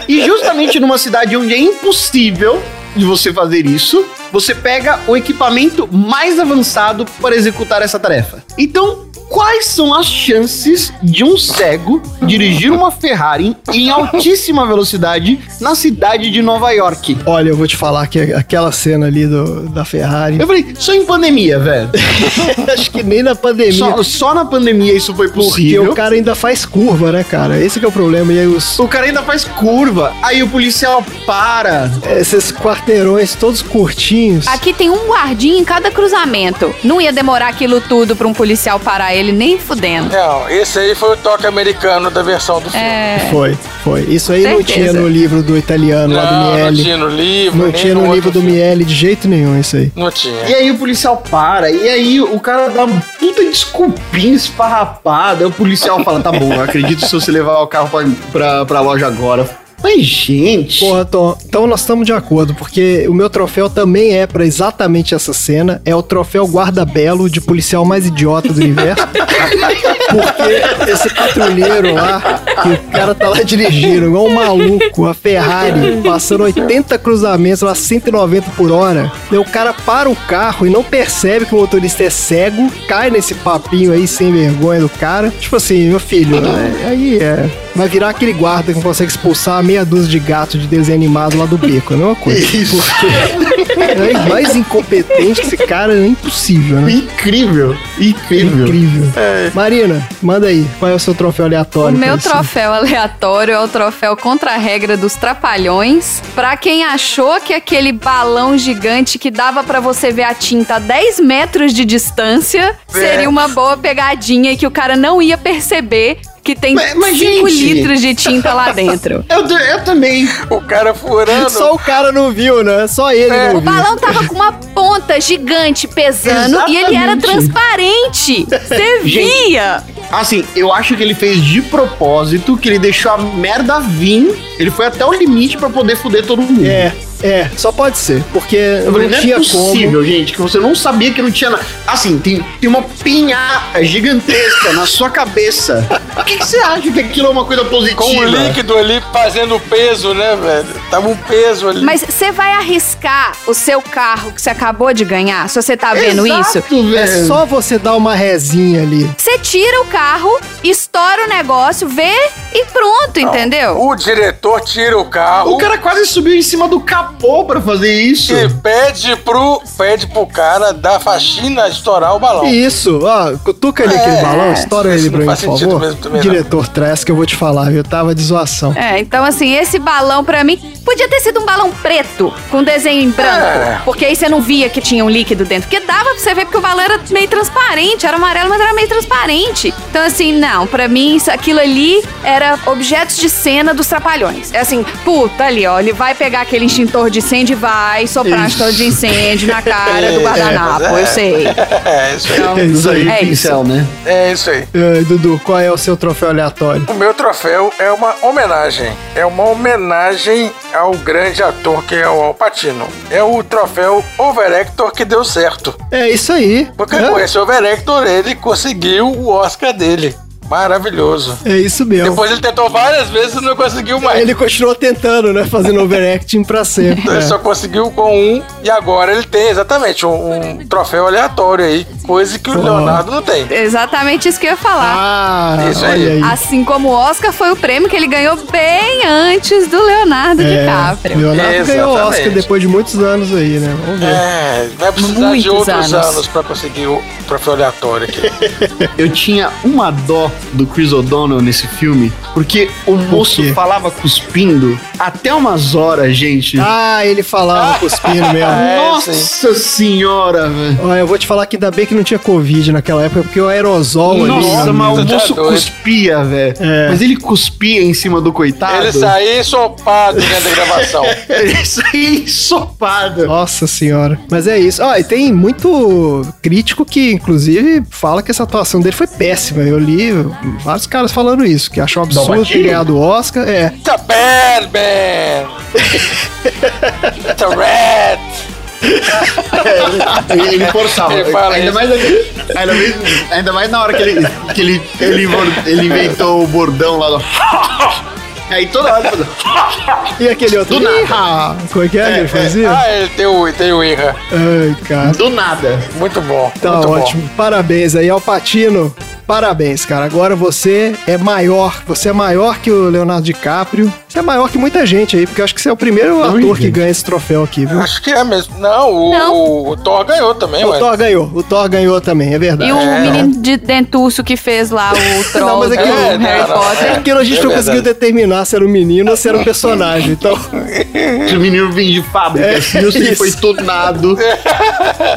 E justamente numa cidade onde é impossível de você fazer isso, você pega o equipamento mais avançado para executar essa tarefa. Então, quais são as chances de um cego dirigir uma Ferrari em altíssima velocidade na cidade de Nova York? Olha, eu vou te falar que aquela cena ali do, da Ferrari. Eu falei, só em pandemia, velho. acho que nem na pandemia. Só, só na pandemia isso foi porque possível. o cara ainda faz curva, né, cara? Esse que é o problema. E aí os, O cara ainda faz curva. Aí o policial para. esses quarteirões todos curtinhos. Aqui tem um guardinha em cada cruzamento. Não ia demorar aquilo tudo pra um policial parar ele nem fudendo. Não, esse aí foi o toque americano da versão do filme. É. Foi, foi. Isso aí não Certeza. tinha no livro do italiano lá do Ah, Não, não Miele. tinha no livro. Não nem tinha no outro livro do filme. Miele de jeito nenhum isso aí. Não tinha. E aí o policial para, e aí o cara dá uma puta desculpinha esfarrapada. Aí o policial fala: tá bom, eu acredito se você levar o carro pra, pra, pra loja agora. Mas, gente. Porra, Tom, então nós estamos de acordo, porque o meu troféu também é pra exatamente essa cena. É o troféu guarda-belo de policial mais idiota do universo. Porque esse patrulheiro lá, que o cara tá lá dirigindo, igual um maluco, a Ferrari, passando 80 cruzamentos lá, 190 por hora. Daí o cara para o carro e não percebe que o motorista é cego, cai nesse papinho aí sem vergonha do cara. Tipo assim, meu filho, é- aí é. Vai virar aquele guarda que não consegue expulsar meia dúzia de gato de desenho animado lá do beco, é a mesma coisa. Isso. Porque é mais incompetente que esse cara, é impossível, né? Incrível, incrível. Incrível. É. Marina, manda aí. Qual é o seu troféu O aleatório? meu pra esse- troféu aleatório é o troféu contra a regra dos trapalhões. Pra quem achou que aquele balão gigante que dava pra você ver a tinta a 10 metros de distância É. seria uma boa pegadinha e que o cara não ia perceber que tem Mas- mas, 5 gente! litros de tinta lá dentro. Eu, ta- eu também. O cara furando. Só o cara não viu, né? Só ele É. não O viu. balão tava com uma ponta gigante pesando e ele era Exatamente. transparente. Você Gente. via. Assim, eu acho que ele fez de propósito, que ele deixou a merda vir. Ele foi até o limite pra poder fuder todo mundo. É, é, só pode ser, porque Eu falei, não não é tinha possível, gente, que você não sabia que não tinha nada. Assim, tem, tem uma pinhata gigantesca na sua cabeça. Por que, que você acha que aquilo é uma coisa positiva? Com o líquido ali fazendo peso, né, velho? Tava um peso ali. Mas você vai arriscar o seu carro que você acabou de ganhar, se você tá vendo Exato, isso? velho. como. É só você dar uma rezinha ali. Você tira o carro, estoura o negócio, vê e pronto, entendeu? O diretor tira o carro O cara quase subiu em cima do capô pra fazer isso. e pede pro, pede pro cara da faxina estourar o balão. E Isso, ó, cutuca ali aquele balão, estoura isso ele pra mim, por não É. faz sentido favor. mesmo também, não. Diretor, traz que eu vou te falar, viu? Tava de zoação. É, então assim, esse balão pra mim podia ter sido um balão preto com desenho em branco, É. porque aí você não via que tinha um líquido dentro, porque dava pra você ver porque o balão era meio transparente, era amarelo, mas era meio transparente. Então assim, não, pra mim isso, aquilo ali era objetos de cena dos trapalhões. É assim, puta ali, ó, ele vai pegar aquele extintor de incêndio e vai soprar um extintor de incêndio na cara do guardanapo, eu sei. É isso aí. Então, É isso aí. é isso. né? É isso aí. É, Dudu, qual é o seu troféu aleatório? O meu troféu é uma homenagem. É uma homenagem ao grande ator que é o Al Pacino. É o troféu Overactor que deu certo. É isso aí. Porque É, com esse Overactor ele conseguiu o Oscar dele. Maravilhoso. é isso mesmo. Depois ele tentou várias vezes e não conseguiu mais. Ele continuou tentando, né? Fazendo overacting pra sempre. Então, Ele né? só conseguiu com um e agora ele tem exatamente um, um troféu aleatório aí, coisa que o Leonardo não tem. Exatamente isso que eu ia falar. Ah, Isso aí. olha aí. Assim como o Oscar foi o prêmio que ele ganhou bem antes do Leonardo É. DiCaprio. Leonardo ganhou o Exatamente. Oscar depois de muitos anos aí, né? Vamos ver. É, vai precisar de Muitos outros anos. anos pra conseguir o troféu aleatório aqui. Eu tinha uma dó do Chris O'Donnell nesse filme, porque o moço quê? falava cuspindo até umas horas, gente. Ah, é, ele falava cuspindo mesmo. É, Nossa senhora, velho. Olha, eu vou te falar que ainda bem que não tinha Covid naquela época, porque o aerosol ali. Nossa, meu mas o amigo. tá moço doido. cuspia, velho. É. Mas ele cuspia em cima do coitado. Ele saiu ensopado dentro da gravação. Ele saía ensopado. Nossa senhora. Mas é isso. Ó, e tem muito crítico que, inclusive, fala que essa atuação dele foi péssima. Eu li vários caras falando isso, que achou um absurdo ter ganhado o Oscar. É. It's a bad man! It's a rat! É, ele, ele forçava. Ele fala ainda, isso. mais, ainda, mais, ainda mais na hora que ele, que ele, ele, invor- ele inventou o bordão lá do. Aí toda hora ele fazia- E aquele outro. Do nada. "Iha!" Como é que é, É, ele é. fazia? Ah, ele tem o, tem o Irra. Ai, cara. do nada. Muito bom. Tá muito ótimo. Parabéns aí, Alpatino. Parabéns, cara. Agora você é maior. Você é maior que o Leonardo DiCaprio. Você é maior que muita gente aí, porque eu acho que você é o primeiro ator que ganha esse troféu aqui, viu? bom. Acho que é mesmo. Não, o, Não. o- o Thor ganhou também, O É, ué. Thor ganhou. O Thor ganhou também, é verdade. E um o menino de dentuço que fez lá o troll Não, mas é que do não, Harry não, não. É Potter. porque a gente É não verdade. conseguiu determinar se era um menino ou se era um personagem. Então, Se o menino vem de fábrica, É, assim, ou se ele isso. foi tunado.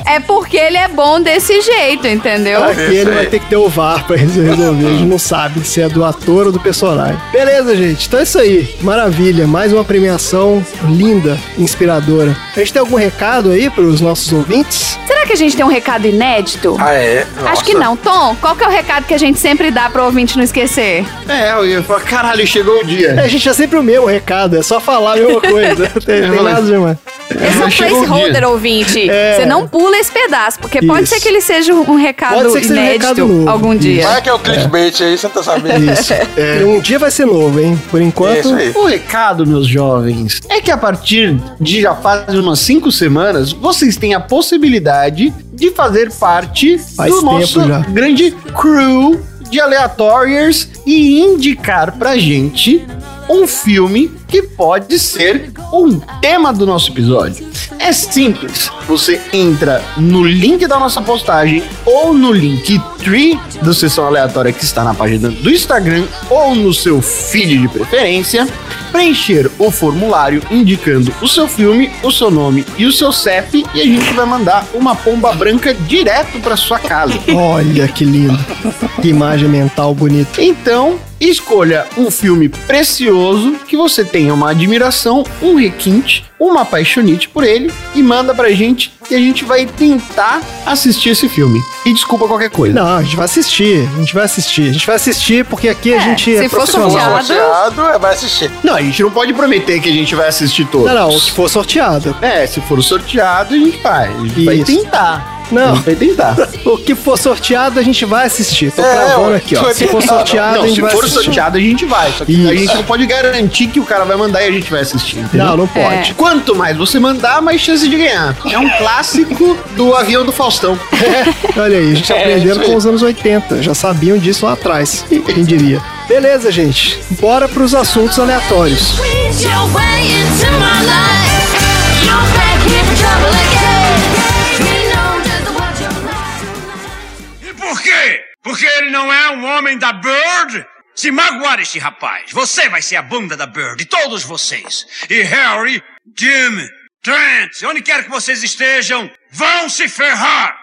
É porque ele é bom desse jeito, entendeu? aquele aí. vai ter que ter o VAR pra gente resolver. A gente não sabe se é do ator ou do personagem. Beleza, gente. Então é isso aí. Maravilha. Mais uma premiação linda, inspiradora. A gente tem algum recado aí pros nossos ouvintes? Será que a gente tem um recado inédito? Ah, é? Acho que Nossa. não. Tom, qual que é o recado que a gente sempre dá pro ouvinte não esquecer? É, eu ia falar, caralho, chegou o É, dia. A gente é sempre o mesmo recado. É só falar a mesma coisa. tem, tem nada demais. Esse é um Chegou o placeholder, ouvinte. É. Você não pula esse pedaço, porque pode Isso. ser que ele seja um recado Pode ser que seja um inédito recado novo. algum dia. Vai que é o clickbait aí, você não tá sabendo. Isso. E Um dia vai ser novo, hein? Por É enquanto. isso aí. O recado, meus jovens, é que a partir de já faz umas cinco semanas, vocês têm a possibilidade de fazer parte Faz do tempo nosso já. grande crew de aleatórios e indicar pra gente um filme que pode ser um tema do nosso episódio. É simples. Você entra no link da nossa postagem ou no link tree do Sessão Aleatória que está na página do Instagram ou no seu feed de preferência, preencher o formulário indicando o seu filme, o seu nome e o seu CEP e a gente vai mandar uma pomba branca direto para sua casa. Olha que lindo. Que imagem mental bonita. Então, escolha um filme precioso que você tenha uma admiração, um requinte, uma paixonite por ele e manda pra gente que a gente vai tentar assistir esse filme. E desculpa qualquer coisa. Não, a gente vai assistir, a gente vai assistir, a gente vai assistir porque aqui a É, gente é se for profissional. sorteado- Sorteado, é, vai assistir. Não, a gente não pode prometer que a gente vai assistir todos. Não, não, o que for sorteado. É, se for sorteado, a gente vai. A gente vai Isso. tentar. A Não, gente vai tentar. o que for sorteado a gente vai assistir. Tô É, gravando ué, aqui, ó. foi Se for tentado. sorteado, não, a gente se vai for assistir. sorteado, a gente vai. Só que a Isso. gente não pode garantir que o cara vai mandar e a gente vai assistir, entendeu? Não, não pode. É. Quanto mais você mandar, mais chance de ganhar. É um clássico do avião do Faustão. Olha aí, a gente tá É, aprendendo isso aí. com os anos 80, já sabiam disso lá atrás, quem diria. Beleza, gente, bora pros assuntos aleatórios. Squeeze your way into my life. You're back here for trouble again. We know just what you're like. E por quê? Porque ele não é um homem da Bird? Se magoar este rapaz, você vai ser a bunda da Bird, todos vocês. E Harry, Jim, Trent, onde quer que vocês estejam, vão se ferrar!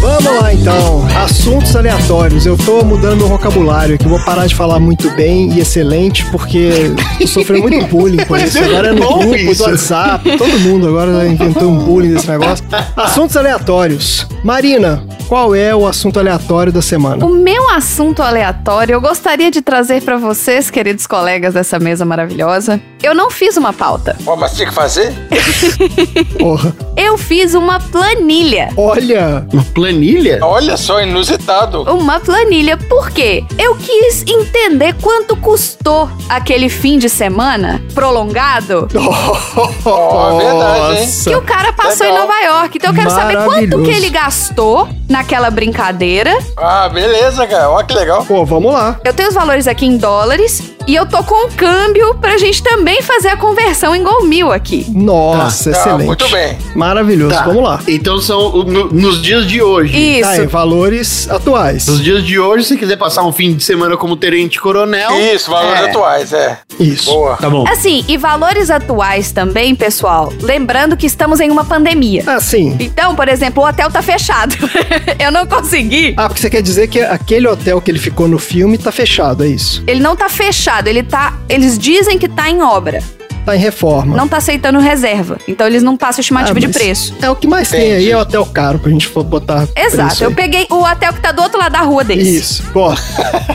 Vamos lá então, assuntos aleatórios. Eu tô mudando meu vocabulário aqui, vou parar de falar muito bem e excelente, porque eu sofri muito bullying com isso. Agora é no bom grupo isso. do WhatsApp, todo mundo agora inventou um bullying desse negócio. Assuntos aleatórios. Marina, qual é o assunto aleatório da semana? O meu assunto aleatório eu gostaria de trazer pra vocês, queridos colegas dessa mesa maravilhosa. Eu não fiz uma pauta. Ó, mas tinha que fazer? Porra. Eu fiz uma planilha. Olha, Uma planilha? Olha só, inusitado. Uma planilha, por quê? Eu quis entender quanto custou aquele fim de semana prolongado Ó, é verdade, hein? que o cara passou em Legal. Nova York. Então eu quero saber quanto é Maravilhoso. que ele gastou naquela brincadeira. Ah, beleza, cara. Olha que legal. Pô, vamos lá. Eu tenho os valores aqui em dólares e eu tô com o câmbio pra gente também fazer a conversão em gol mil aqui. Nossa, Tá, excelente. muito bem. Maravilhoso, Tá. vamos lá. Então são o- no- nos dias de hoje. Tá aí, Isso. valores atuais. Nos dias de hoje, se quiser passar um fim de semana como tenente coronel. Isso, valores é. atuais, é. Isso. Boa. Tá bom. Assim, e valores atuais também, pessoal. Lembrando que estamos em uma pandemia. Ah, sim. Então, por exemplo, o hotel tá fechado. eu não consegui. Ah, porque você quer dizer que aquele hotel que ele ficou no filme tá fechado, é isso? Ele não tá fechado, ele tá. Eles dizem que tá em obra. tá em reforma. Não tá aceitando reserva. Então eles não passam estimativa Ah, de mas preço. É o que mais tem aí, Entendi. é o hotel caro pra gente for botar. Exato. preço aí. Eu peguei o hotel que tá do outro lado da rua deles. Isso, gosto.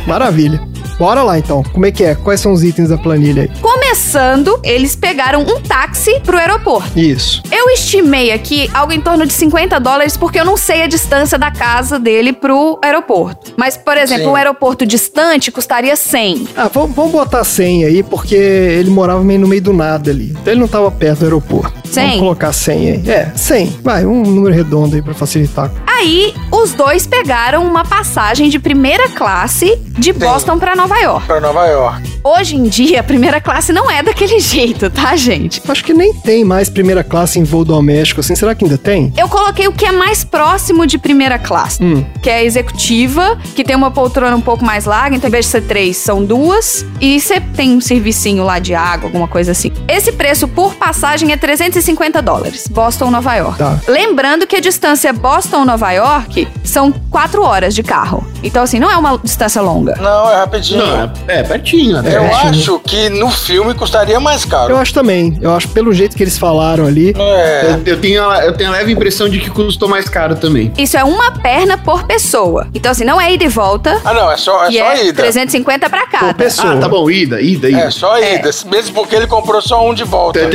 Maravilha. Bora lá então. Como é que é? Quais são os itens da planilha aí? Começando, eles pegaram um táxi pro aeroporto. Isso. Eu estimei aqui algo em torno de 50 dólares, porque eu não sei a distância da casa dele pro aeroporto. Mas, por exemplo, Sim. um aeroporto distante custaria 100. Ah, vamos, vamos botar 100 aí, porque ele morava meio no meio do nada ali. Então ele não tava perto do aeroporto. 100? Vamos colocar 100 aí. É, 100. Vai, um número redondo aí pra facilitar. Aí, os dois pegaram uma passagem de primeira classe de Boston pra Nova York. Pra Nova York. Hoje em dia, a primeira classe não é daquele jeito, tá, gente? Acho que nem tem mais primeira classe em voo doméstico, assim. Será que ainda tem? Eu coloquei o que é mais próximo de primeira classe, Hum. que é a executiva, que tem uma poltrona um pouco mais larga, então em vez de ser três, são duas, e você tem um servicinho lá de água, alguma coisa assim. Esse preço por passagem é 350 dólares, Boston, Nova York. Tá. Lembrando que a distância Boston-Nova York são quatro horas de carro. Então, assim, não é uma distância longa. Não, é rapidinho. Não, é, é pertinho, até. Eu É, acho que no filme custaria mais caro. Eu acho também. Eu acho pelo jeito que eles falaram ali. É. Eu, eu tenho a, eu tenho a leve impressão de que custou mais caro também. Isso é uma perna por pessoa. Então, assim, não é ida e volta, Ah, não, é só, é e só é ida. 350 pra Pô, cada. pessoa. Ah, tá bom, ida, ida, ida. É só ida. Mesmo porque ele comprou só um de volta. Então é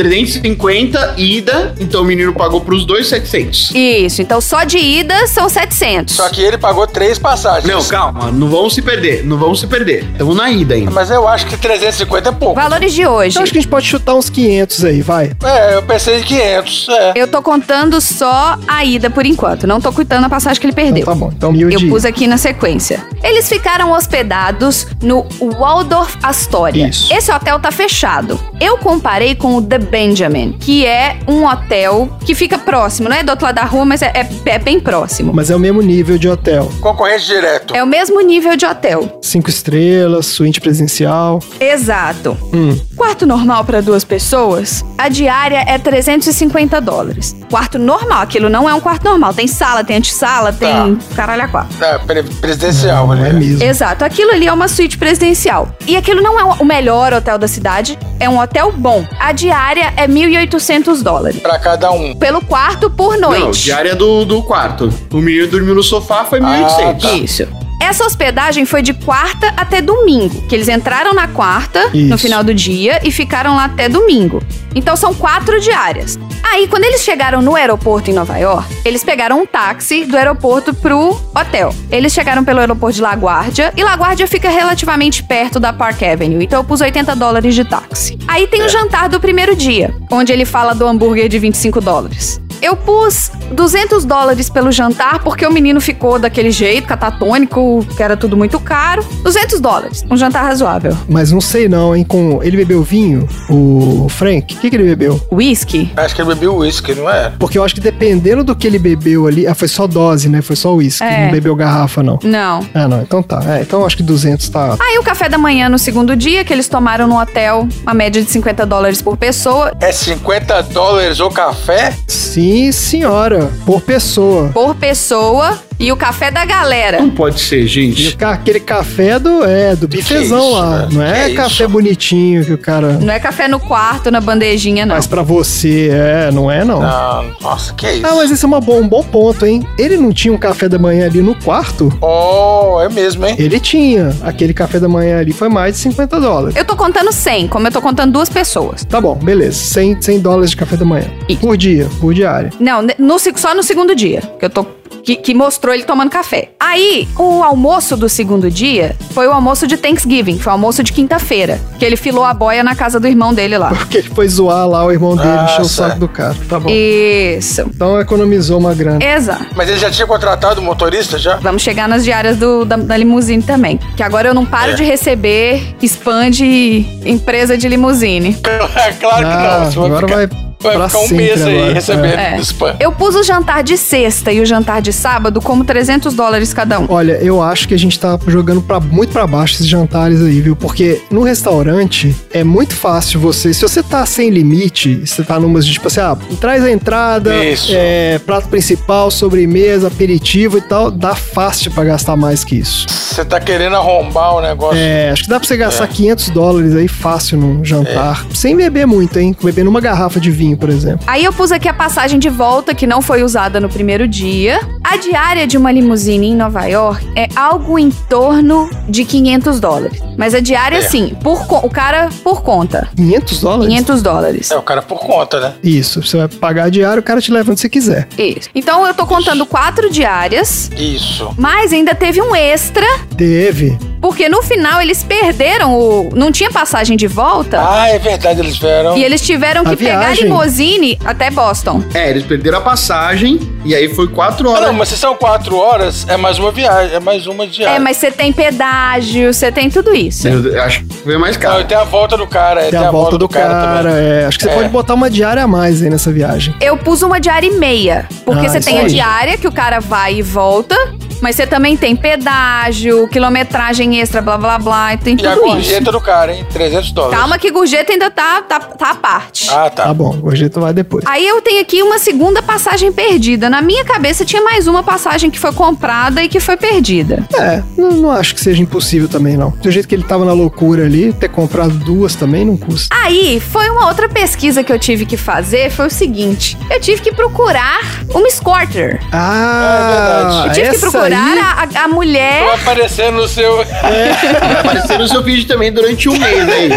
350 ida, então o menino pagou pros dois 700. Isso, então só de ida são 700. Só que ele pagou três passagens. Não, calma, não vão se perder, não vão se perder. Estamos na ida ainda. Mas eu acho que 350 é pouco. Valores de hoje. Então acho que a gente pode chutar uns 500 aí, vai. É, eu pensei em 500. É. Eu tô contando só a ida por enquanto, não tô contando a passagem que ele Então perdeu. tá bom. Então mil de... Eu pus aqui na sequência. Eles ficaram hospedados no Waldorf Astoria. Isso. Esse hotel tá fechado. Eu comparei com o The Benjamin, que é um hotel que fica próximo, não é do outro lado da rua, mas é, é- é bem próximo. Mas é o mesmo nível de hotel. Concorrente direto. É o mesmo nível de hotel. Cinco estrelas, suíte presencial. Exato. Hum. Quarto normal para duas pessoas, a diária é 350 dólares. Quarto normal, aquilo não é um quarto normal. Tem sala, tem antessala, tem caralho a quatro. É, pre- presidencial, Não é né? mesmo. Exato, aquilo ali é uma suíte presidencial. E aquilo não é o melhor hotel da cidade, é um hotel bom. A diária é 1.800 dólares. Pra cada um. Pelo quarto por Não, noite. diária do, do quarto. O menino dormiu no sofá, foi Ah, 1.800. tá. Isso. Essa hospedagem foi de quarta até domingo, que eles entraram na quarta, no Isso. final do dia, e ficaram lá até domingo. Então são quatro diárias. Aí, quando eles chegaram no aeroporto em Nova York, eles pegaram um táxi do aeroporto pro hotel. Eles chegaram pelo aeroporto de LaGuardia, e LaGuardia fica relativamente perto da Park Avenue, então eu pus 80 dólares de táxi. Aí tem o jantar do primeiro dia, onde ele fala do hambúrguer de 25 dólares. Eu pus 200 dólares pelo jantar porque o menino ficou daquele jeito, catatônico, que era tudo muito caro. 200 dólares, um jantar razoável. Mas não sei não, hein? Com... Ele bebeu vinho, o Frank? O que, que ele bebeu? Whisky? Acho que ele bebeu uísque, não é? Porque eu acho que dependendo do que ele bebeu ali. Ah, foi só dose, né? Foi só uísque. É. Não bebeu garrafa, não. Não. Ah, não. Então tá. É, então acho que 200 tá. Aí o café da manhã no segundo dia, que eles tomaram no hotel, uma média de 50 dólares por pessoa, É 50 dólares o café? Sim, senhora. Por pessoa. por pessoa, e o café da galera. Não pode ser, E o gente. ca- aquele café do, é, do bifezão isso, lá. né? Não é Que café isso? bonitinho que o cara Não é café no quarto, na bandejinha, não. faz pra você. É, não é não. Ah, nossa, que isso. Ah, mas isso é uma boa, um bom ponto, hein? Ele não tinha um café da manhã ali no quarto? Oh, é mesmo, hein? Ele tinha. Aquele café da manhã ali foi mais de 50 dólares. Eu tô contando 100, como eu tô contando duas pessoas. Tá bom, beleza. 100, 100 dólares de café da manhã. Isso. Por dia, por diária. Não, ne- no seg- só no segundo dia, que eu tô. Que, que mostrou ele tomando café. Aí, o almoço do segundo dia foi o almoço de Thanksgiving, foi o almoço de quinta-feira. Que ele filou a boia na casa do irmão dele lá. Porque ele foi zoar lá o irmão dele, encheu o Nossa. saco do cara. Tá bom. Isso. Então economizou uma grana. Exato. Mas ele já tinha contratado o motorista já? Vamos chegar nas diárias do, da, da limusine também. Que agora eu não É. paro de receber spam de empresa de limusine. claro que Ah, É não. Você vai agora ficar- vai Vai pra ficar um sempre mês aí agora. né? recebendo É. spam. Eu pus o jantar de sexta e o jantar de sábado como 300 dólares cada um. Olha, eu acho que a gente tá jogando pra, muito pra baixo esses jantares aí, viu? Porque no restaurante é muito fácil você. Se você tá sem limite, você tá numas de tipo assim, ah, traz a entrada, Isso. é, prato principal, sobremesa, aperitivo e tal, dá fácil pra gastar mais que isso. Você tá querendo arrombar o negócio. É, acho que dá pra você gastar 500 dólares aí fácil num jantar, sem beber muito, hein? Bebendo uma garrafa de vinho, por exemplo. Aí eu pus aqui a passagem de volta que não foi usada no primeiro dia. A diária de uma limusine em Nova York é algo em torno de 500 dólares. Mas a diária, É. sim, por co- o cara por conta, 500 dólares? 500 dólares. É, o cara por conta, né? Isso, você vai pagar diário, o cara te leva onde você quiser. Isso. Então eu tô contando quatro diárias, Isso. mas ainda teve um extra, Teve. porque no final eles perderam o. Não tinha passagem de volta. Tá. Ah, é verdade, eles vieram. E eles tiveram A que pegar a viagem. limusine até Boston. É, eles perderam a passagem e aí foi quatro Ah, horas. não, mas se são quatro horas, é mais uma viagem, é mais uma diária. É, mas você tem pedágio, você tem tudo isso. Eu acho que foi mais Não, e caro. tem a volta do cara. é, Tem a volta do cara, também. é. Acho que você É. pode botar uma diária a mais aí nessa viagem. Eu pus uma diária e meia. Porque Ah, você isso tem a aí. diária que o cara vai e volta, mas você também tem pedágio, quilometragem extra, blá blá blá, e tem E a tudo isso. gorjeta do cara, hein? 300 dólares. Calma que gorjeta ainda tá, tá, tá à parte. Ah, Tá tá. bom, o jeito vai depois. Aí eu tenho aqui uma segunda passagem perdida. Na minha cabeça tinha mais uma passagem que foi comprada e que foi perdida. É, não, não acho que seja impossível também, não. Do jeito que ele tava na loucura ali, ter comprado duas também não custa. Aí foi uma outra pesquisa que eu tive que fazer, foi o seguinte: eu tive que procurar uma escorter. Ah, É Eu tive que essa procurar aí- a- a, a mulher. Tô aparecendo no seu. Apareceu no seu vídeo também durante um mês aí.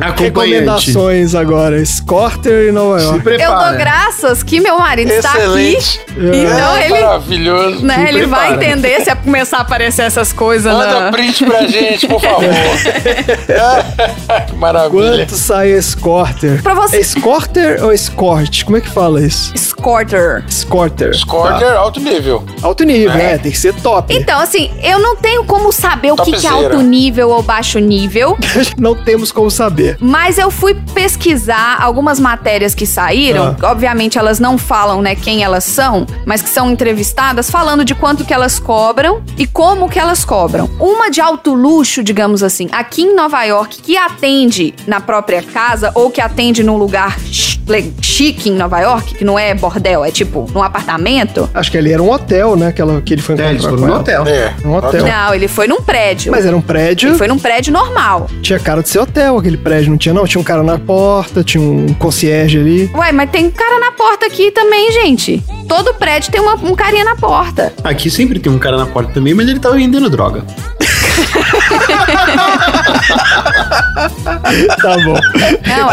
Acompanhante. Recomendações agora, Scorter e Nova Se York. Eu dou prepara. graças que meu marido está aqui. Excelente. Então É, ele, Maravilhoso. né, ele vai prepara. entender se a- começar a aparecer essas coisas. Manda na- print pra gente, por favor. que maravilha. Quanto sai Scorter? Pra você- É Scorter ou Escort? Como é que fala isso? Escorter. Scorter. Scorter, alto nível. Alto nível, né? Tem que ser top. Então, assim, eu não tenho como saber o que, que é Topzera. alto nível ou baixo nível, não temos como saber. mas eu fui pesquisar algumas matérias que saíram. Obviamente, elas não falam, né, quem elas são, mas que são entrevistadas falando de quanto que elas cobram e como que elas cobram. Uma de alto luxo, digamos assim, aqui em Nova York, que atende na própria casa ou que atende num lugar chi- le- chique em Nova York, que não é bordel, é tipo num apartamento. Acho que ali era um hotel, né? Que, ela, que ele foi É, eles encontrar foram com no ela. hotel. É. Um hotel. Não, ele foi num prédio. Mas era um prédio. Ele foi num prédio normal. Tinha cara de ser hotel aquele prédio, não tinha não? Tinha um cara na porta, tinha um concierge ali. Ué, mas tem cara na porta aqui também, gente. Todo prédio tem uma- um carinha na porta. Aqui sempre tem um cara na porta também, mas ele tava vendendo droga. Tá bom. Não,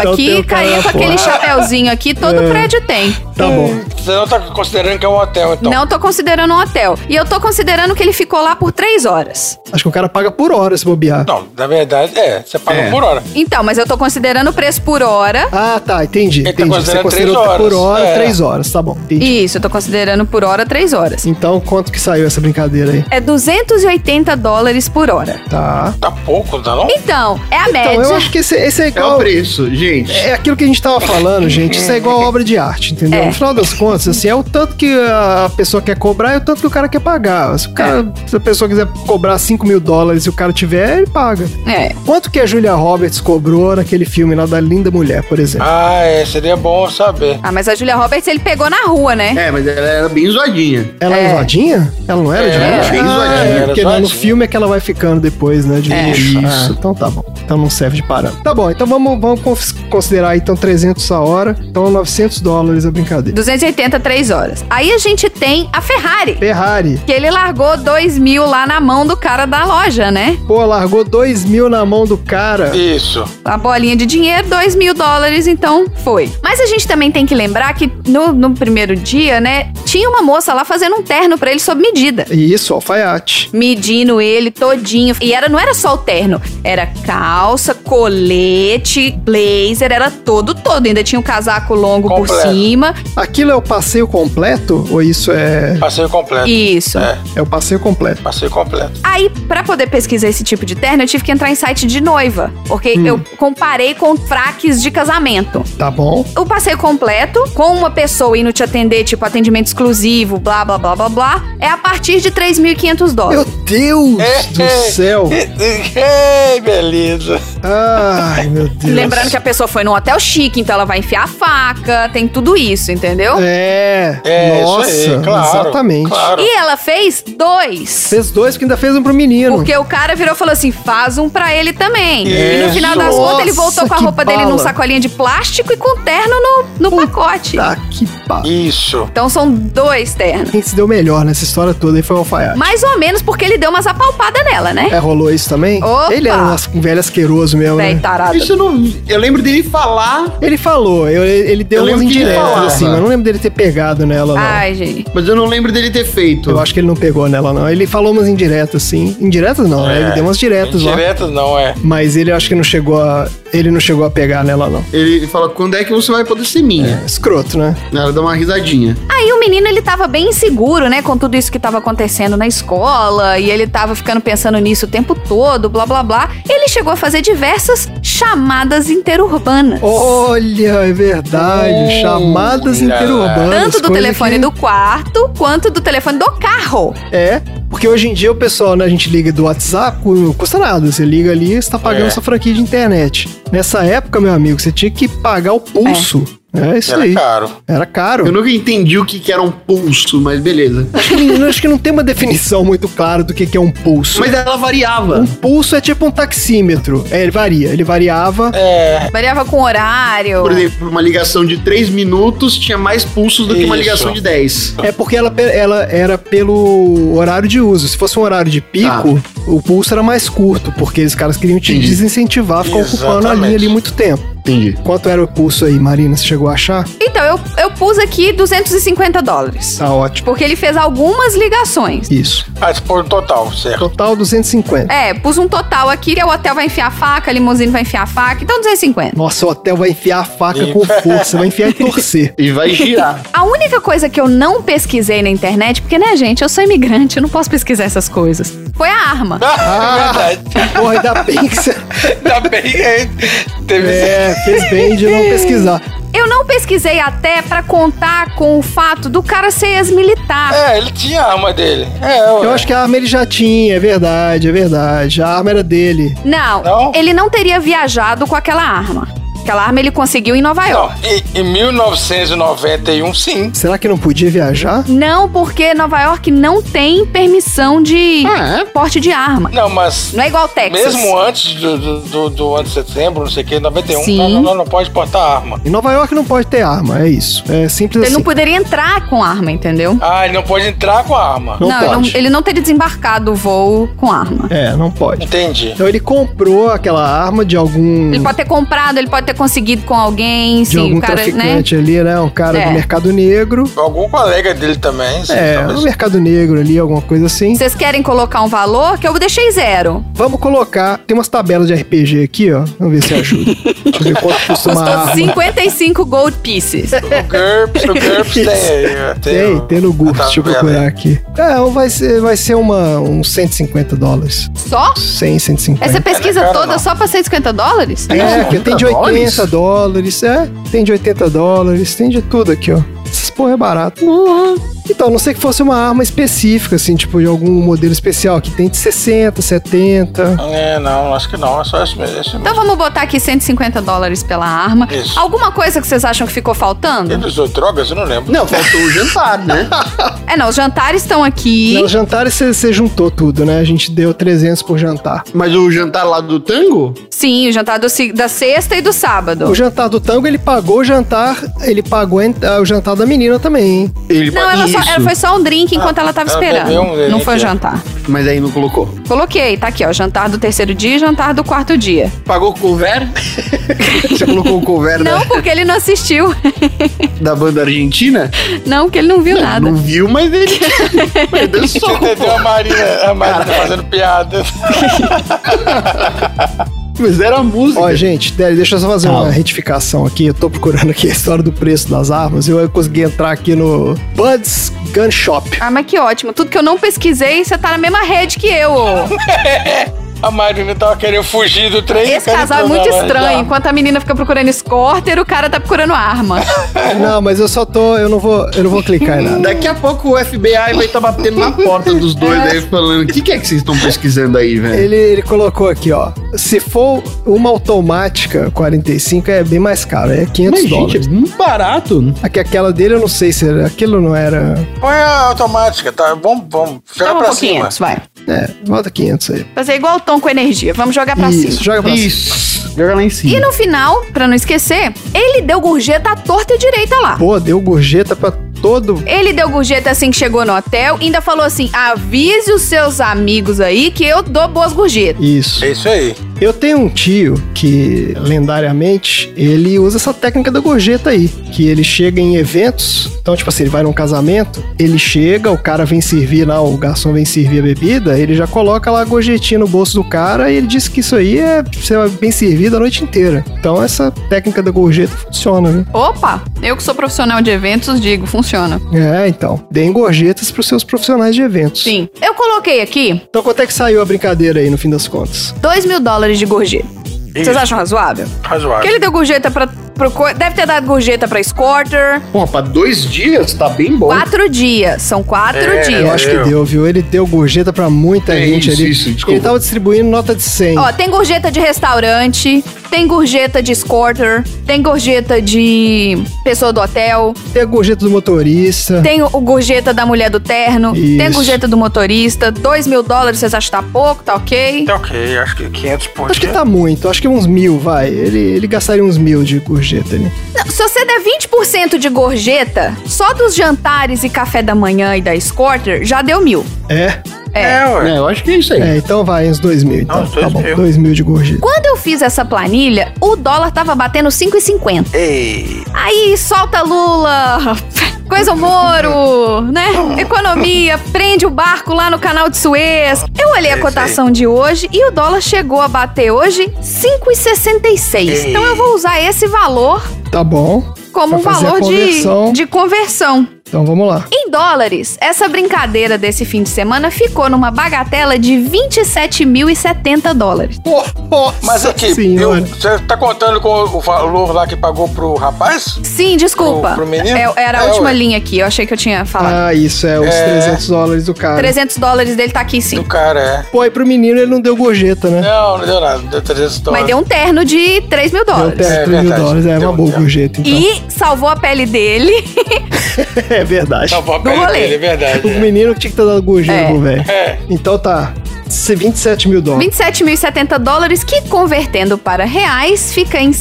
Então tem aqui um cara carinha na com porta. aquele chapéuzinho aqui, todo prédio tem. Tá bom. Você não tá considerando que é um hotel, então. Não tô considerando um hotel. E eu tô considerando que ele ficou lá por três horas. Acho que o cara paga por hora se bobear. Não, na verdade, é. Você paga É. por hora. Então, mas eu tô considerando o preço por hora. Ah, tá, entendi. Ele tá entendi. Você considerando considerou três por horas. hora, É. três horas, tá bom. Entendi. Isso, eu tô considerando por hora três horas. Então, quanto que saiu essa brincadeira aí? É 280 dólares por hora. Tá. Tá pouco, não tá não? Então, é a média. Então, eu acho que esse, esse é É o igual. preço, gente. É aquilo que a gente tava falando, gente. Isso é igual obra de arte, entendeu? É. No final das contas, assim, é o tanto que a pessoa quer cobrar e o tanto que o cara quer pagar. Se, o cara- se a pessoa quiser cobrar 5 mil dólares e o cara tiver, ele paga. É. Quanto que a Julia Roberts cobrou naquele filme lá da Linda Mulher, por exemplo? Ah, é. Seria bom saber. Ah, mas a Julia Roberts ele pegou na rua, né? É, mas ela era bem zoadinha. Ela é é. zoadinha? Ela não era de Era, verdade? bem Ah, zoadinha, é, era porque lá no zoadinha. filme é que ela vai ficando depois, né? De É. luxo. Isso. Ah, então tá bom. Então não serve de parâmetro. Tá bom, então vamos, vamos cons- considerar então 300 a hora. Então 900 dólares a brincadeira. 280, três horas. Aí a gente tem a Ferrari. Ferrari. Que ele largou dois mil lá na mão do cara da loja, né? Pô, largou 2 mil na mão do cara. Isso. A bolinha de dinheiro, dois mil dólares, então foi. Mas a gente também tem que lembrar que no, no primeiro dia, né, tinha uma moça lá fazendo um terno pra ele sob medida. Isso, alfaiate. Medindo ele todinho. E era, não era só o terno. Era calça, colete, blazer, era todo, todo. Ainda tinha um casaco longo por Completo. cima. Aquilo é o passeio completo ou isso é. Passeio completo. Isso. É, É o passeio completo? passeio completo. Aí, pra poder pesquisar esse tipo de terno, eu tive que entrar em site de noiva, porque Hum. eu comparei com fraques de casamento. Tá bom? O passeio completo, com uma pessoa indo te atender, tipo atendimento exclusivo, blá blá blá blá blá, é a partir de 3.500 Meu dólares. Deus do céu! Ei, beleza. Ai, meu Deus. Lembrando que é a pessoa foi num hotel chique, então ela vai enfiar a faca, tem tudo isso, entendeu? É, É, nossa, isso aí, claro. exatamente. Claro. E ela fez dois. Fez dois que ainda fez um pro menino. Porque o cara virou e falou assim: faz um pra ele também. E no Isso. final das contas, ele voltou É. Nossa, com a que roupa dele num bala. sacolinha de plástico e com um terno no, no pacote. Tá, que pá. Isso. Então são dois ternos. Quem se deu melhor nessa história toda aí foi o alfaiate. Mais ou menos porque ele deu umas apalpadas nela, né? É, rolou isso também? Opa! Ele era um, as- um velho asqueroso mesmo, Véi, né? tarado. Isso eu não. Eu lembro dele falar, Ele falou, eu- ele deu Eu umas lembro que ele indiretas falava. assim, mas não lembro dele ter pegado nela, não. é Ai, gente. mas eu não lembro dele ter feito. Eu acho que ele não pegou nela, não. Ele falou umas indiretas, sim. Indiretas não, né? É, Ele deu umas diretas lá. Direto não, é. Mas ele eu acho que não chegou a. Ele não chegou a pegar nela, não. Ele fala, quando é que você vai poder ser minha? Escroto, né? Ela dá uma risadinha. Aí o menino, ele tava bem inseguro, né? Com tudo isso que tava acontecendo na escola. E ele tava ficando pensando nisso o tempo todo, blá, blá, blá. Ele chegou a fazer diversas chamadas interurbanas. Olha, é verdade. Olha Chamadas lá. interurbanas. Tanto do coisa telefone que- do quarto, quanto do telefone do carro. É, porque hoje em dia o pessoal, né, a gente liga do WhatsApp, cu- custa nada. Você liga ali e você tá pagando É. sua franquia de internet. Nessa época, meu amigo, você tinha que pagar o pulso. É, isso Era aí. caro. Era Eu caro. nunca entendi o que, que era um pulso, mas beleza. Acho que, não- acho que não tem uma definição muito clara do que, que é um pulso. Mas ela variava. Um pulso é tipo um taxímetro. É, ele varia. Ele variava. É, Variava com horário. Por exemplo, uma ligação de 3 minutos tinha mais pulsos do que uma Isso. ligação de 10. É porque ela, pe- ela era pelo horário de uso. Se fosse um horário de pico, o pulso era mais curto, porque os caras queriam te Entendi. desincentivar a ficar ocupando a linha Exatamente. ali muito tempo. Entendi. Quanto era o pulso aí, Marina? Você chegou a achar? Então, eu, eu pus aqui 250 dólares. Tá ótimo. Porque ele fez algumas ligações. Isso. mas por total, certo. Total 250. É, pus um total aqui, que o hotel vai enfiar a faca, a limusine vai enfiar a faca, então 250. Nossa, o hotel vai enfiar a faca Sim. com força, vai enfiar e torcer. E vai girar. A única coisa que eu não pesquisei na internet, porque, né, gente, eu sou imigrante, eu não posso pesquisar essas coisas, foi a arma. Ah, verdade. Porra, ainda bem que você... Ainda bem que aí teve É, fez bem de não pesquisar. Eu não pesquisei até pra contar com o fato do cara ser ex-militar. É, ele tinha a arma dele. É, Eu acho que a arma ele já tinha, é verdade, é verdade. A arma era dele. Não, Não? ele não teria viajado com aquela arma. Aquela arma ele conseguiu em Nova York. Não, em, em 1991, sim. Será que não podia viajar? Não, porque Nova York não tem permissão de Ah, é? porte de arma. Não, mas. Não é igual Texas. Mesmo antes do, do, do, do ano de setembro, não sei o que, 91, Sim. não, não, não, não pode portar arma. Em Nova York não pode ter arma, é isso. É simples Ele assim. não poderia entrar com arma, entendeu? Ah, ele não pode entrar com a arma. Não ele pode. ele não teria desembarcado o voo com arma. É, não pode. Entendi. Então ele comprou aquela arma de algum. Ele pode ter comprado, ele pode ter conseguido com alguém, de sim, algum o cara, né? traficante ali, né? Um cara É. do mercado negro. Algum colega dele também, sim, É, talvez. no mercado negro ali, alguma coisa assim. Vocês querem colocar um valor que eu deixei zero. Vamos colocar. Tem umas tabelas de RPG aqui, ó. Vamos ver se ajuda. Deixa eu ver quanto custa uma Custou arma. 55 gold pieces. O GURPS, o GURPS tem um- aí. Tem, o- tem no Google, a deixa eu tabela procurar aí. aqui. É, um vai ser, vai ser uma, uns 150 dólares. Só? 100, 150. Essa pesquisa cara, toda não. só pra 150 dólares? É, que tem de 80 80 dólares, é, tem de 80 dólares, tem de tudo aqui, ó. Essas porra é barato. Então, a não sei que fosse uma arma específica, assim, tipo, de algum modelo especial, que tem de 60, 70. É, não, acho que não, é só isso mesmo. é isso Então mesmo. vamos botar aqui 150 dólares pela arma. Isso. Alguma coisa que vocês acham que ficou faltando? Ele usou drogas? Eu não lembro. Não, faltou o jantar, né? É, não, os jantares estão aqui. Não, Os jantares você- você juntou tudo, né? A gente deu 300 por jantar. Mas o jantar lá do tango? Sim, o jantar do se- da sexta e do sábado. O jantar do tango, ele pagou o jantar, ele pagou a ent- ah, o jantar da menina também, hein? Ele Não, ela, só, Isso. ela foi só um drink enquanto ela tava ela esperando. bebeu um drink, não foi o é. jantar. Mas aí não colocou. Coloquei, tá aqui, ó. Jantar do terceiro dia e jantar do quarto dia. Pagou o cover? Você colocou o cover da, Não, porque ele não assistiu. da banda argentina? Não, porque ele não viu nada. Não viu, mas ele. mas dançou. tá é. Você entendeu a Marina, a Marina fazendo piada. Mas era a música. Ó, gente, Délio, deixa eu só fazer Fala. uma retificação aqui. Eu tô procurando aqui a história do preço das armas. Eu consegui entrar aqui no Bud's Gun Shop. Ah, mas que ótimo. Tudo que eu não pesquisei, você tá na mesma rede que eu. ô. A Marina tava querendo fugir do trem. Esse querendo casal é muito transar lá, estranho. já. Enquanto a menina fica procurando escórter, o cara tá procurando arma. Não, mas eu só tô. Eu não vou, eu não vou clicar em nada. Daqui a pouco o FBI vai estar batendo na porta dos dois aí, falando: o que, que é que vocês estão pesquisando aí, velho? Ele, ele colocou aqui, ó. Se for uma automática 45, é bem mais caro, é 500 Mas, gente, dólares. é muito barato. Aqui, aquela dele eu não sei se era. Aquilo não era. Põe a automática, tá? Vamos, vamos. Joga Então pra vamos pro cima. 500, vai. É, volta 500 aí. Fazer igual o Tom com energia. Vamos jogar pra Isso, cima. joga pra cima. Isso. Joga lá em cima. E no final, pra não esquecer, ele deu gorjeta à torta e direita lá. Pô, deu gorjeta pra todo. Ele deu gorjeta assim que chegou no hotel, ainda falou assim: avise os seus amigos aí que eu dou boas gorjetas. Isso. É isso aí. Eu tenho um tio que, lendariamente, ele usa essa técnica da gorjeta aí. Que ele chega em eventos, então, tipo assim, ele vai num casamento, ele chega, o cara vem servir lá, o garçom vem servir a bebida, ele já coloca lá a gorjetinha no bolso do cara e ele diz que isso aí é você vai bem servido a noite inteira. Então, essa técnica da gorjeta funciona, né? Opa, eu que sou profissional de eventos, digo, funciona. É, então. Deem gorjetas pros seus profissionais de eventos. Sim. Eu coloquei aqui Então, quanto é que saiu a brincadeira aí, no fim das contas? 2 mil dólares de gorjeta. Vocês acham razoável? Porque Razoável. ele deu gorjeta pra. pro co- deve ter dado gorjeta pra Scorter. Pô, pra dois dias tá bem bom. Quatro dias. São quatro É, dias. Eu acho que Eu. deu, viu? Ele deu gorjeta pra muita É gente isso, ali. isso, desculpa. ele tava distribuindo nota de 100. Ó, tem gorjeta de restaurante, tem gorjeta de escorter, tem gorjeta de pessoa do hotel, Tem a gorjeta do motorista. tem o o gorjeta da mulher do terno, Isso. tem a gorjeta do motorista, dois mil dólares, vocês acham que tá pouco, tá ok? Tá ok, acho que 500 por Acho que dia. tá muito, acho que uns mil, vai. Ele, ele gastaria uns mil de gorjeta ali. Não, se você der 20% de gorjeta, só dos jantares e café da manhã e da escorter, já deu mil. É? É. É, ué. É, eu acho que é isso aí. É, então vai, uns dois mil, então. Ah, uns tá dois bom, mil. dois mil de gorjeta. Quando eu fiz essa planilha, o dólar tava batendo 5,50. Ei, Aí solta Lula, coisa o Moro, Hum. né? Economia, prende o barco lá no canal de Suez. Eu olhei a Sei, cotação de hoje e o dólar chegou a bater hoje 5,66. Ei. Então eu vou usar esse valor Tá bom. como um Pra fazer a valor de, conversão. de conversão. Então vamos lá. Em dólares, essa brincadeira desse fim de semana ficou numa bagatela de 27.070 dólares. mas aqui, Senhora. eu- você tá contando com o valor lá que pagou pro rapaz? Sim, desculpa. Pro- pro menino? É, era a É, última ué. linha aqui, eu achei que eu tinha falado. Ah, isso é, os É. 300 dólares do cara. 300 dólares dele tá aqui sim. Do cara, é. Pô, e pro menino ele não deu gorjeta, né? Não, não deu nada, deu 300 dólares. Mas deu um terno de 3 mil Deu dólares. até É 3 mil verdade. dólares, é Deu- uma boa deu. gorjeta, então. E salvou a pele dele. É verdade. Não, vou do rolê. é verdade. O menino que tinha que ter dado gorjeta, É. pro velho. É. Então tá, 27 mil dólares. 27.070 dólares, que convertendo para reais, fica em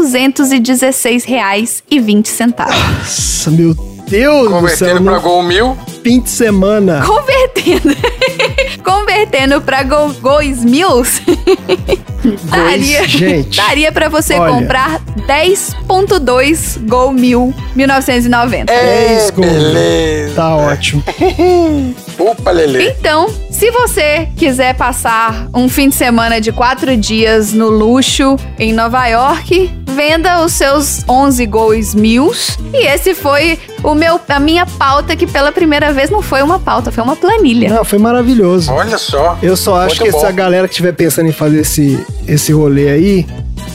153.216 reais e 20 centavos. Nossa, meu Deus do céu, Convertendo pra no gol um mil. fim de semana. Convertendo. convertendo para go gois mils. daria, gente. daria para você Olha. comprar 10.2 gol mil 1990. Três gols. beleza. É Tá ótimo. Opa, Lelê. Então, se você quiser passar um fim de semana de quatro dias no luxo em Nova York, venda os seus 11 gols mils. E esse foi o meu, a minha pauta, que pela primeira vez não foi uma pauta, foi uma planilha. Não, foi maravilhoso. Olha só. Eu só acho Muito que bom. essa galera que estiver pensando em fazer esse, esse rolê aí,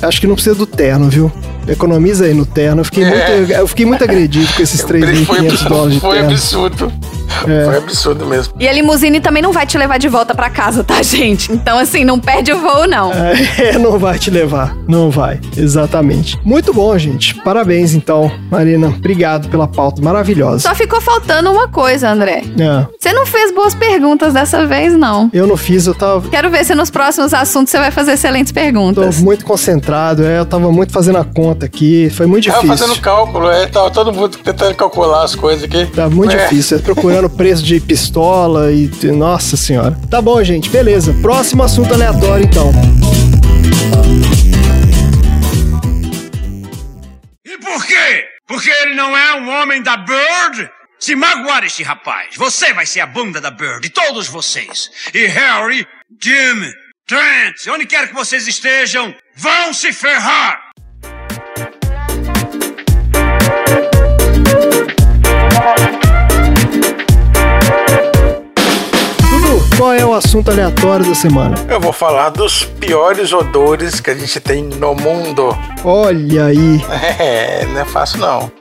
acho que não precisa do terno, viu? Economiza aí no terno. Eu fiquei, É. muito, eu fiquei muito agredido com esses foi 3.500 dólares de É. foi terno. absurdo. Foi absurdo mesmo. E a limusine também não vai te levar de volta pra casa, tá, gente? Então, assim, não perde o voo, não. É, não vai te levar. Não vai, exatamente. Muito bom, gente. Parabéns, então, Marina. Obrigado pela pauta maravilhosa. Só ficou faltando uma coisa, André. É, Você não fez boas perguntas dessa vez, não. eu não fiz, eu tava, Quero ver se nos próximos assuntos você vai fazer excelentes Tô perguntas. muito concentrado, é, eu tava muito fazendo a conta aqui, foi muito Tava difícil. fazendo cálculo, é, tava todo mundo tentando calcular as coisas aqui. Tá muito É. difícil, procurando preço de pistola e. Nossa senhora. Tá bom, gente, beleza. Próximo assunto aleatório, então. E por quê? Porque ele não é um homem da Bird? Se magoar este rapaz, você vai ser a bunda da Bird, todos vocês. E Harry, Jim, Trent, onde quer que vocês estejam, vão se ferrar! Dudu, qual é o assunto aleatório da semana? Eu vou falar dos piores odores que a gente tem no mundo. Olha aí. É, não é fácil não.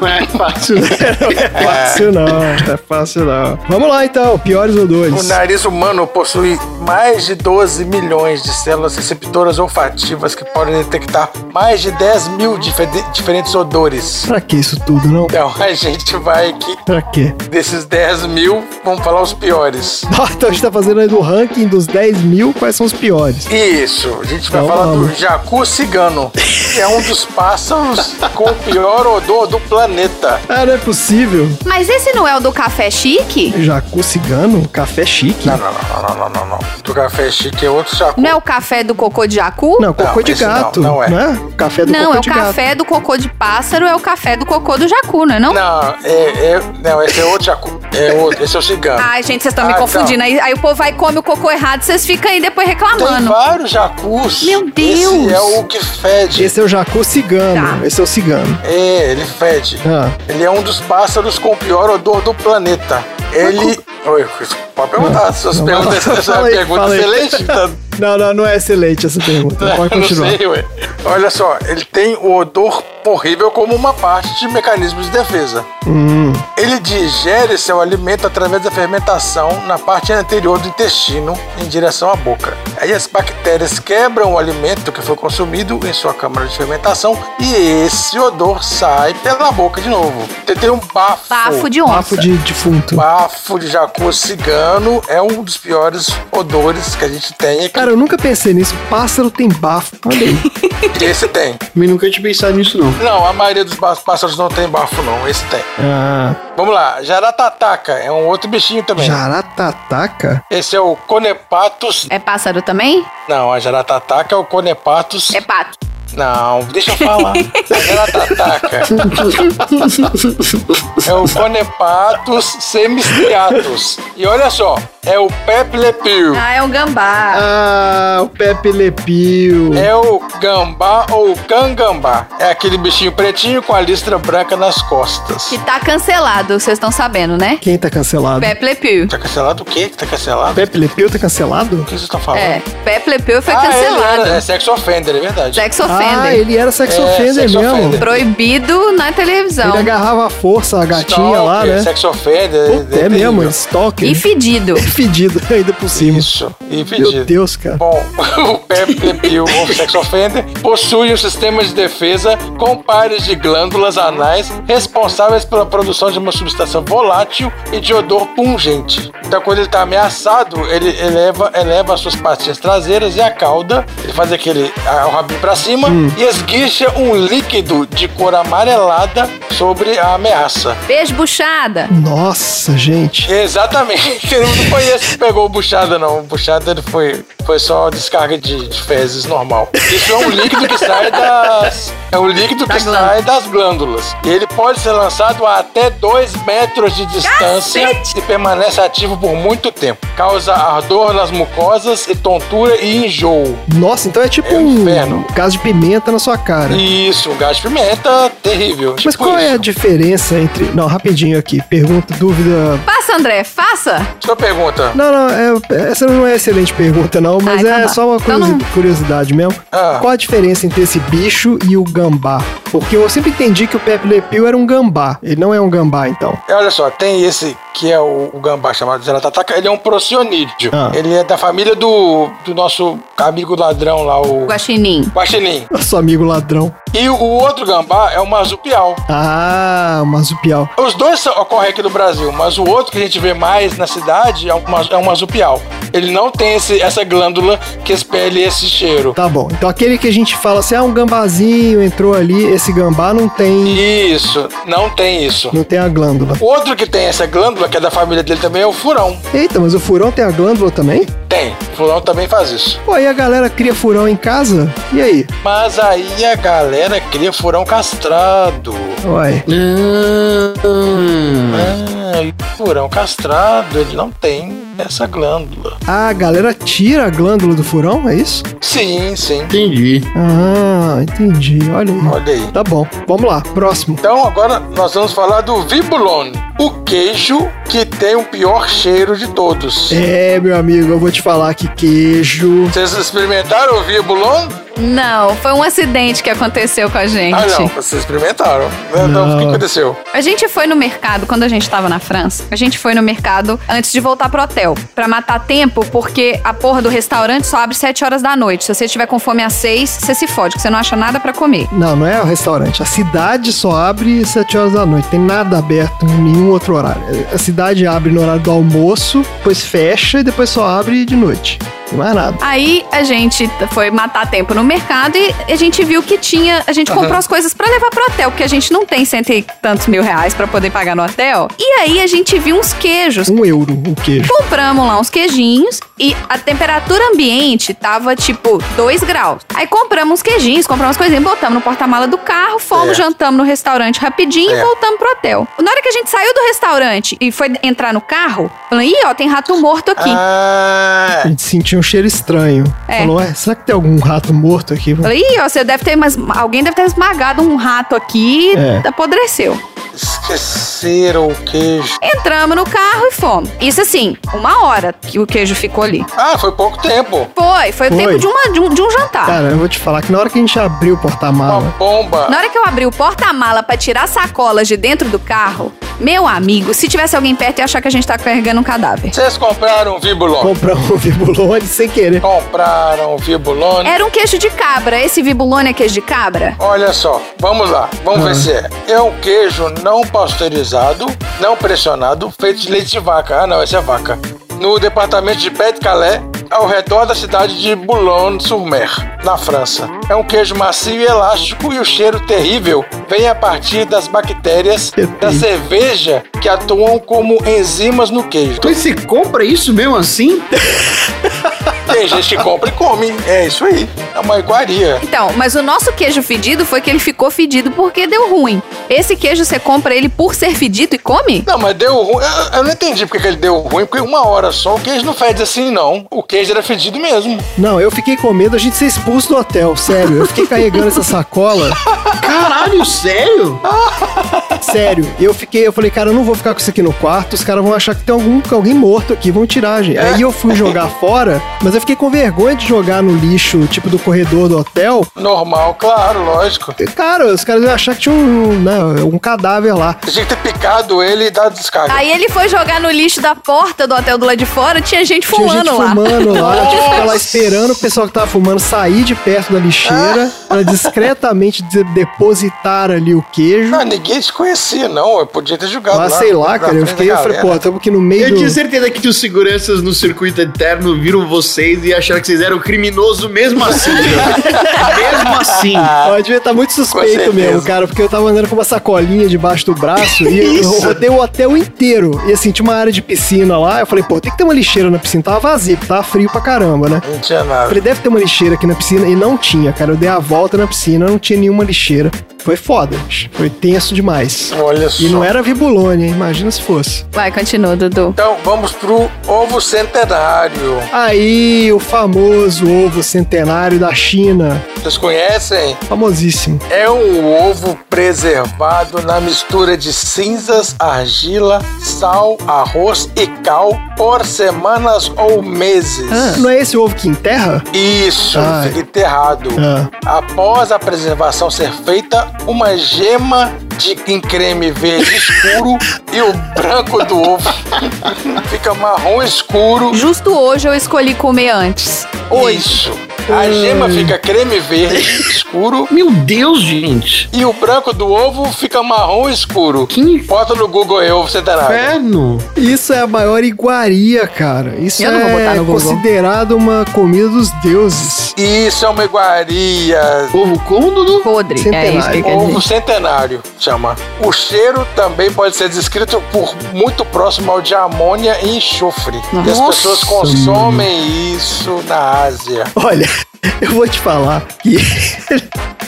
Não é fácil. não. É fácil não, é fácil não. Vamos lá então, piores O odores. nariz humano possui mais de 12 milhões de células receptoras olfativas que podem detectar mais de 10 mil dife- diferentes odores. Pra que isso tudo, não? Então a gente vai aqui, Pra quê? desses 10 mil, vamos falar os piores. Ah, Então a gente tá fazendo aí do ranking dos 10 mil, quais são os piores. Isso, a gente vai Então falar do vamos. jacu cigano, que é um dos pássaros com o pior odor do planeta. Ah, não é possível. Mas esse não é o do café chique? Jacu cigano, café chique. Não, não, não, não, não, não, não. Do café chique é outro jacu. Não é o café do cocô de jacu? Não, cocô Não, de esse não, gato. não é. Né? Café do Não, cocô é o de café do cocô de pássaro, é o café do cocô do jacu, não é não? Não, é, é- não, esse é outro jacu. É outro, esse é o cigano. Ai, gente, vocês estão me Ah, confundindo. tá. Aí, aí o povo vai e come o cocô errado, vocês ficam aí depois Tem reclamando. vários jacus. Meu Deus. Esse é o que gato. fede. Esse é o jacu cigano. Tá. Esse é o cigano. É, ele fede. Ah, Ele é um dos pássaros com o pior odor do planeta. Ele. Oi, pode perguntar. Suas Não, perguntas não, essa é fala uma aí, pergunta fala aí. excelente. Tá... não, não, não é excelente essa pergunta. Pode É, Não continuar. sei, ué. Olha só, ele tem o odor horrível como uma parte de mecanismo de defesa. Hum, Ele digere seu alimento através da fermentação na parte anterior do intestino em direção à boca. Aí as bactérias quebram o alimento que foi consumido em sua câmara de fermentação e esse odor sai pela boca de novo. Tem- Tem um bafo. Bafo de onça. papo de defunto. Bafo de jacu cigano é um dos piores odores que a gente tem aqui. Cara, eu nunca pensei nisso. Pássaro tem bafo. Olha aí. Esse tem. Mas nunca tinha pensado nisso, não. Não, a maioria dos ba- pássaros não tem bafo, não. Esse tem. Ah, Vamos lá, jaratataca é um outro bichinho também. jaratataca? Esse é o Conepatus É pássaro também? Não, a jaratataca é o Conepatus. É pato. Não, deixa eu falar. A jaratataca é o Conepatus semistriatus. E olha só, é o Peplepil. Ah, é um gambá. Ah, o Pepe Lepio. É o gambá ou cangambá. É aquele bichinho pretinho com a listra branca nas costas. Que tá cancelado, vocês estão sabendo, né? Quem tá cancelado? Pepe Le Pew. Tá cancelado o quê? Tá cancelado? Pepe Lepeu tá cancelado? O que vocês estão falando? É, Pepe Le Pew foi Ah, ele cancelado. era- é sex offender, é verdade. Sex Ah, offender. ele era sex É, offender sex mesmo. offender. Proibido na televisão. Ele agarrava a força, a gatinha lá, Stalker, né? Sex offender. Puta, é terrível. mesmo, stalker. É E fedido. fedido ainda por cima. Isso. E Meu pedido. Deus, cara. Bom, o PEP, o sex offender, possui um sistema de defesa com pares de glândulas anais responsáveis pela produção de uma substância volátil e de odor pungente. Então, quando ele está ameaçado, ele eleva, eleva as suas patinhas traseiras e a cauda, ele faz aquele a- o rabinho para cima Hum. e esguicha um líquido de cor amarelada sobre a ameaça. Beijo, buchada. Nossa, gente. Exatamente. Eu não conheço que pegou o buchada, não. O buchada ele foi, foi só descarga de, de fezes normal. Isso é um líquido que sai das. É um líquido que sai das glândulas. E ele pode ser lançado a até 2 metros de distância e permanece ativo por muito tempo. Causa ardor nas mucosas e tontura e enjoo. Nossa, então é tipo É um um inferno. caso de pimenta na sua cara. Isso, um gás de pimenta terrível. Mas Tipo qual é a isso. diferença entre. Não, rapidinho aqui. Pergunta, dúvida. Faça, André, faça. Sua pergunta. Não, não, é- essa não é excelente pergunta, não, mas então é tá. só uma Então curiosi- não- curiosidade mesmo. Ah. Qual a diferença entre esse bicho e o gambá? Porque eu sempre entendi que o Pepe Le Pew era um gambá. Ele não é um gambá, então. É, Olha só, tem esse que é o, o gambá chamado Zeratataca, ele é um procionídeo. Ah. Ele é da família do, do nosso amigo ladrão lá, o Guaxinim. Guaxinim. Nosso amigo ladrão. E o, o outro gambá é o marsupial. Ah, marsupial. Os dois são- ocorrem aqui no Brasil, mas o outro que a gente vê mais na cidade é o, mas- é o marsupial. Ele não tem esse- essa glândula que expele esse cheiro. Tá bom. Então aquele que a gente fala assim, ah, um gambazinho entrou ali, esse gambá não tem, Isso, não tem isso. não tem a glândula. O Outro que tem essa glândula, que é da família dele também, é o furão. Eita, mas o furão tem a glândula também? Tem, o furão também faz isso. Pô, aí a galera cria furão em casa? E aí? Mas aí a galera cria furão castrado. Ué. Ah, Ah, furão castrado, ele não tem essa glândula. Ah, a galera tira a glândula do furão, é isso? Sim, sim. Entendi. Ah, entendi. Olha aí. Olha aí. Tá bom, vamos lá. Próximo. Então agora nós vamos falar do Vibulone, o queijo que tem o pior cheiro de todos. É, meu amigo, eu vou te falar que queijo. Vocês experimentaram o Vibulone? Não, foi um acidente que aconteceu com a gente. Ah, não, vocês experimentaram. Então, o que Não. aconteceu? A gente foi no mercado, quando a gente tava na França, a gente foi no mercado antes de voltar pro hotel, pra matar tempo, porque a porra do restaurante só abre 7 horas da noite. Se você tiver com fome às 6, você se fode, que você não acha nada pra comer. Não, não é o restaurante. A cidade só abre 7 horas da noite. Tem nada aberto em nenhum outro horário. A cidade abre no horário do almoço, depois fecha e depois só abre de noite. Não é nada. Aí a gente foi matar tempo no mercado e a gente viu que tinha. A gente comprou as coisas pra levar pro hotel, porque a gente não tem cento e tantos mil reais pra poder pagar no hotel. E aí a gente viu uns queijos. Um euro o queijo. Compramos lá uns queijinhos e a temperatura ambiente tava tipo 2 graus. Aí compramos uns queijinhos, compramos umas coisinhas, botamos no porta-mala do carro, Certo. fomos, jantamos no restaurante rapidinho e Certo. voltamos pro hotel. Na hora que a gente saiu do restaurante e foi entrar no carro, falando, ih, ó, tem rato morto aqui. Ah, A gente sentiu um cheiro estranho. É. Falou, ué, será que tem algum rato morto aqui? Falei, ih, ó, você deve ter, mas alguém deve ter esmagado um rato aqui e É. apodreceu. esqueceram o queijo. Entramos no carro e fomos. Isso assim, uma hora que o queijo ficou ali. Ah, foi pouco tempo. Foi, foi, o Foi. tempo de, uma- de um, de um jantar. Cara, eu vou te falar que na hora que a gente abriu o Uma porta-mala, bomba. Na hora que eu abri o porta-mala pra tirar sacolas de dentro do carro, meu amigo, se tivesse alguém perto ia achar que a gente tá carregando um cadáver. Vocês compraram o Vibulone? compramos o vibulone sem querer. Compraram o Vibulone? Era um queijo de cabra. Esse vibulone é queijo de cabra? Olha só, vamos lá, vamos ver se é. É um queijo não pasteurizado, não pressionado, feito de leite de vaca. Ah, não, essa é vaca. No departamento de Petit Calais, ao redor da cidade de Boulogne-sur-Mer, na França. É um queijo macio e elástico e o cheiro terrível vem a partir das bactérias da cerveja que atuam como enzimas no queijo. Então você compra isso mesmo assim? Tem gente que compra e come, é isso aí. É uma iguaria. Então, mas o nosso queijo fedido foi que ele ficou fedido porque deu ruim. Esse queijo você compra ele por ser fedido e come? Não, mas deu ruim. Eu, eu não entendi porque que ele deu ruim, porque uma hora só o queijo não fede assim, não. O queijo era fedido mesmo. Não, eu fiquei com medo da gente ser expulso do hotel, sério. Eu fiquei carregando essa sacola. Caralho, Tá sério? Sério, eu fiquei, eu falei, cara, eu não vou ficar com isso aqui no quarto, os caras vão achar que tem algum, que alguém morto aqui, vão tirar, gente. Aí eu fui jogar fora, mas eu fiquei com vergonha de jogar no lixo, tipo, do corredor do hotel. Normal, claro, lógico. E, Cara, os caras iam achar que tinha um, né, um cadáver lá. Você tinha que ter picado ele e dado descarga. Aí ele foi jogar no lixo da porta do hotel do lado de fora, tinha gente Tinha fumando gente lá. fumando lá, tinha que ficar lá esperando o pessoal que tava fumando sair de perto da lixeira Ah. pra discretamente de- depositar ali o queijo. Ah, ninguém te conhecia, não. Eu podia ter jogado Mas lá. sei lá, na cara, eu frente fiquei, da eu falei, galera. pô, tamo aqui no meio Eu tinha do... certeza que os seguranças no circuito interno viram vocês e acharam que vocês eram criminoso mesmo assim. mesmo assim. Ó, eu Ah, devia estar muito suspeito "Ah, certeza. mesmo, cara, porque eu tava andando com uma sacolinha debaixo do braço e eu Isso. rodei o hotel inteiro. E assim, tinha uma área de piscina lá. Eu falei, pô, tem que ter uma lixeira na piscina. Tava vazio, porque tava frio pra caramba, né? Não tinha Eu nada. falei, deve ter uma lixeira aqui na piscina. E não tinha, cara. Eu dei a volta na piscina, não tinha nenhuma lixeira. Foi foda, bicho. Foi tenso demais. Olha só. E não é- era Vibulone, hein? Imagina se fosse. Vai, continua, Dudu. Então vamos pro ovo centenário. Aí, o famoso ovo centenário da China. Vocês conhecem? Famosíssimo. É um ovo preservado na mistura de cinzas, argila, sal, arroz e cal por semanas ou meses. Ah. Não é esse ovo que enterra? Isso, Ai. fica enterrado. Ah. Após a preservação ser feita, uma gema de em creme verde escuro e o branco do ovo fica marrom escuro. Justo hoje eu escolhi comer antes. Hoje. Isso. A gema fica creme verde escuro Meu Deus, gente. e o branco do ovo fica marrom escuro. Que Bota no Google aí, ovo centenário. inferno. Isso é a maior iguaria, cara. Isso Eu não vou botar é no Google. considerado uma comida dos deuses. Isso é uma iguaria. Ovo como, Dudu? Podre. É Centenário. isso que quer Ovo dizer. centenário, chama. O cheiro também pode ser descrito por muito próximo ao de amônia e enxofre. E as Nossa. pessoas consomem isso na Ásia. Olha, eu vou te falar que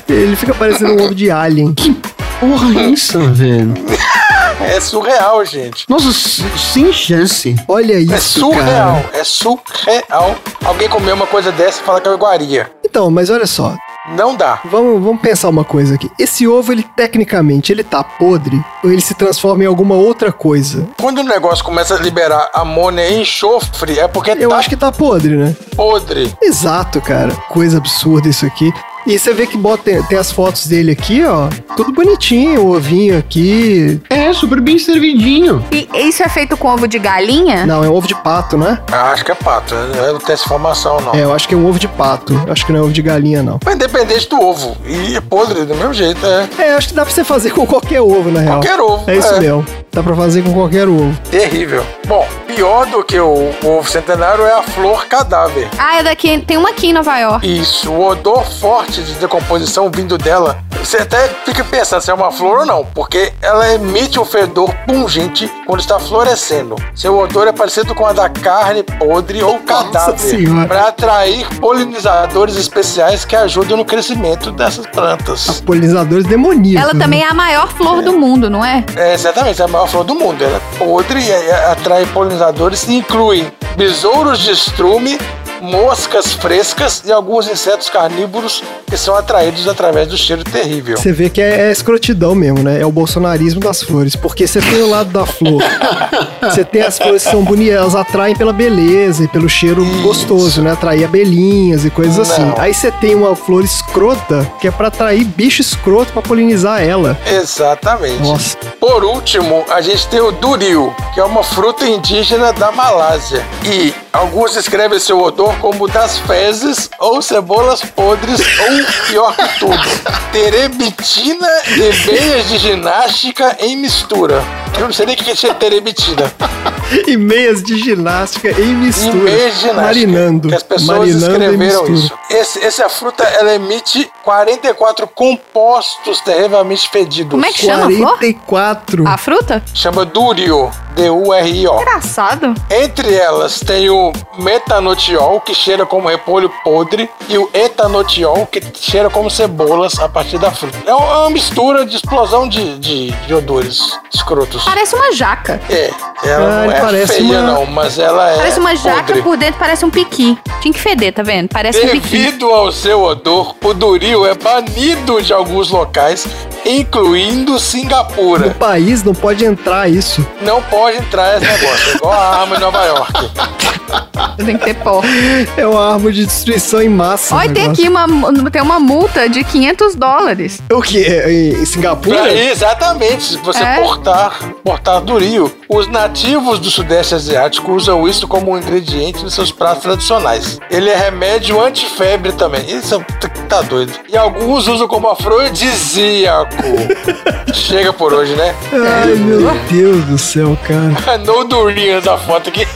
ele fica parecendo um ovo de alien. Porra, é isso, velho. É surreal, gente. Nossa, s- sem chance. Olha isso, É surreal, cara. é surreal. Alguém comer uma coisa dessa e falar que é iguaria. Então, mas olha só, Não dá. Vamos, vamos pensar uma coisa aqui. Esse ovo, ele tecnicamente, ele tá podre ou ele se transforma em alguma outra coisa? Quando o negócio começa a liberar amônia e enxofre, é porque Eu tá acho que tá podre, né? podre. Exato, cara. Coisa absurda isso aqui. E você vê que bota, tem, tem as fotos dele aqui, ó. Tudo bonitinho, o ovinho aqui. É, super bem servidinho. E isso é feito com ovo de galinha? Não, é um ovo de pato, né? Ah, acho que é pato, eu não tenho essa informação, não. É, eu acho que é um ovo de pato. Eu acho que não é ovo de galinha, não. Mas independente do ovo. E é podre do mesmo jeito, é. É, eu acho que dá pra você fazer com qualquer ovo, na real. Qualquer ovo, É isso é. mesmo. Dá pra fazer com qualquer ovo. Terrível. Bom, pior do que o ovo centenário é a flor cadáver. Ah, é daqui. Tem uma aqui em Nova York. Isso, o odor forte de decomposição vindo dela. Você até fica pensando se é uma flor ou não, porque ela emite um fedor pungente quando está florescendo. Seu odor é parecido com a da carne podre ou cadáver, Senhora. para atrair polinizadores especiais que ajudam no crescimento dessas plantas. Polinizadores demoníacos. né? Ela também é a maior flor do mundo, não é? É exatamente, é a maior flor do mundo. Ela é podre e é- atrai polinizadores e inclui besouros de estrume, moscas frescas e alguns insetos carnívoros que são atraídos através do cheiro terrível. Você vê que é, é escrotidão mesmo, né? É o bolsonarismo das flores. Porque você tem o lado da flor. Você tem as flores que são bonitas, elas atraem pela beleza e pelo cheiro Isso. gostoso, né? Atrair abelhinhas e coisas assim. Não. Aí você tem uma flor escrota, que é pra atrair bicho escroto pra polinizar ela. Exatamente. Nossa. Por último, a gente tem o duril, que é uma fruta indígena da Malásia. E alguns descrevem seu odor como das fezes ou cebolas podres, ou pior que tudo, terebitina e veias de ginástica em mistura. Eu não sei nem o que é terebitina. E meias de ginástica em mistura. Em ginástica. Marinando. Que as pessoas marinando em escreveram mistura. isso. Esse, essa fruta, ela emite 44 compostos terrivelmente fedidos. Como é que chama a flor? 44. A fruta? Chama Durio, D-U-R-I-O. Engraçado. Entre elas tem o metanotiol, que cheira como repolho podre, e o etanotiol, que cheira como cebolas a partir da fruta. É uma uma mistura de explosão de, de, de odores escrotos. Parece uma jaca. É, ela Ah, não ele é parece feia uma- não, mas ela é Parece uma jaca, podre. por dentro parece um piqui. Tinha que feder, tá vendo? Parece um piqui. Devido ao seu odor, o duril é banido de alguns locais, incluindo No Singapura. país não pode entrar isso. Não pode entrar esse negócio, é igual a arma em Nova York. Tem que ter pó. É uma arma de destruição em massa. Olha, o tem negócio. aqui uma, tem uma multa de 500 dólares. O que? Em Pra- Singapura? exatamente, se você É. portar, portar do Rio. Os nativos do Sudeste Asiático usam isso como um ingrediente nos seus pratos tradicionais. Ele é remédio antifebre também. Isso é- tá doido. E alguns usam como afrodisíaco. Chega por hoje, né? Ai, meu Deus do céu, cara. No Durian da foto aqui.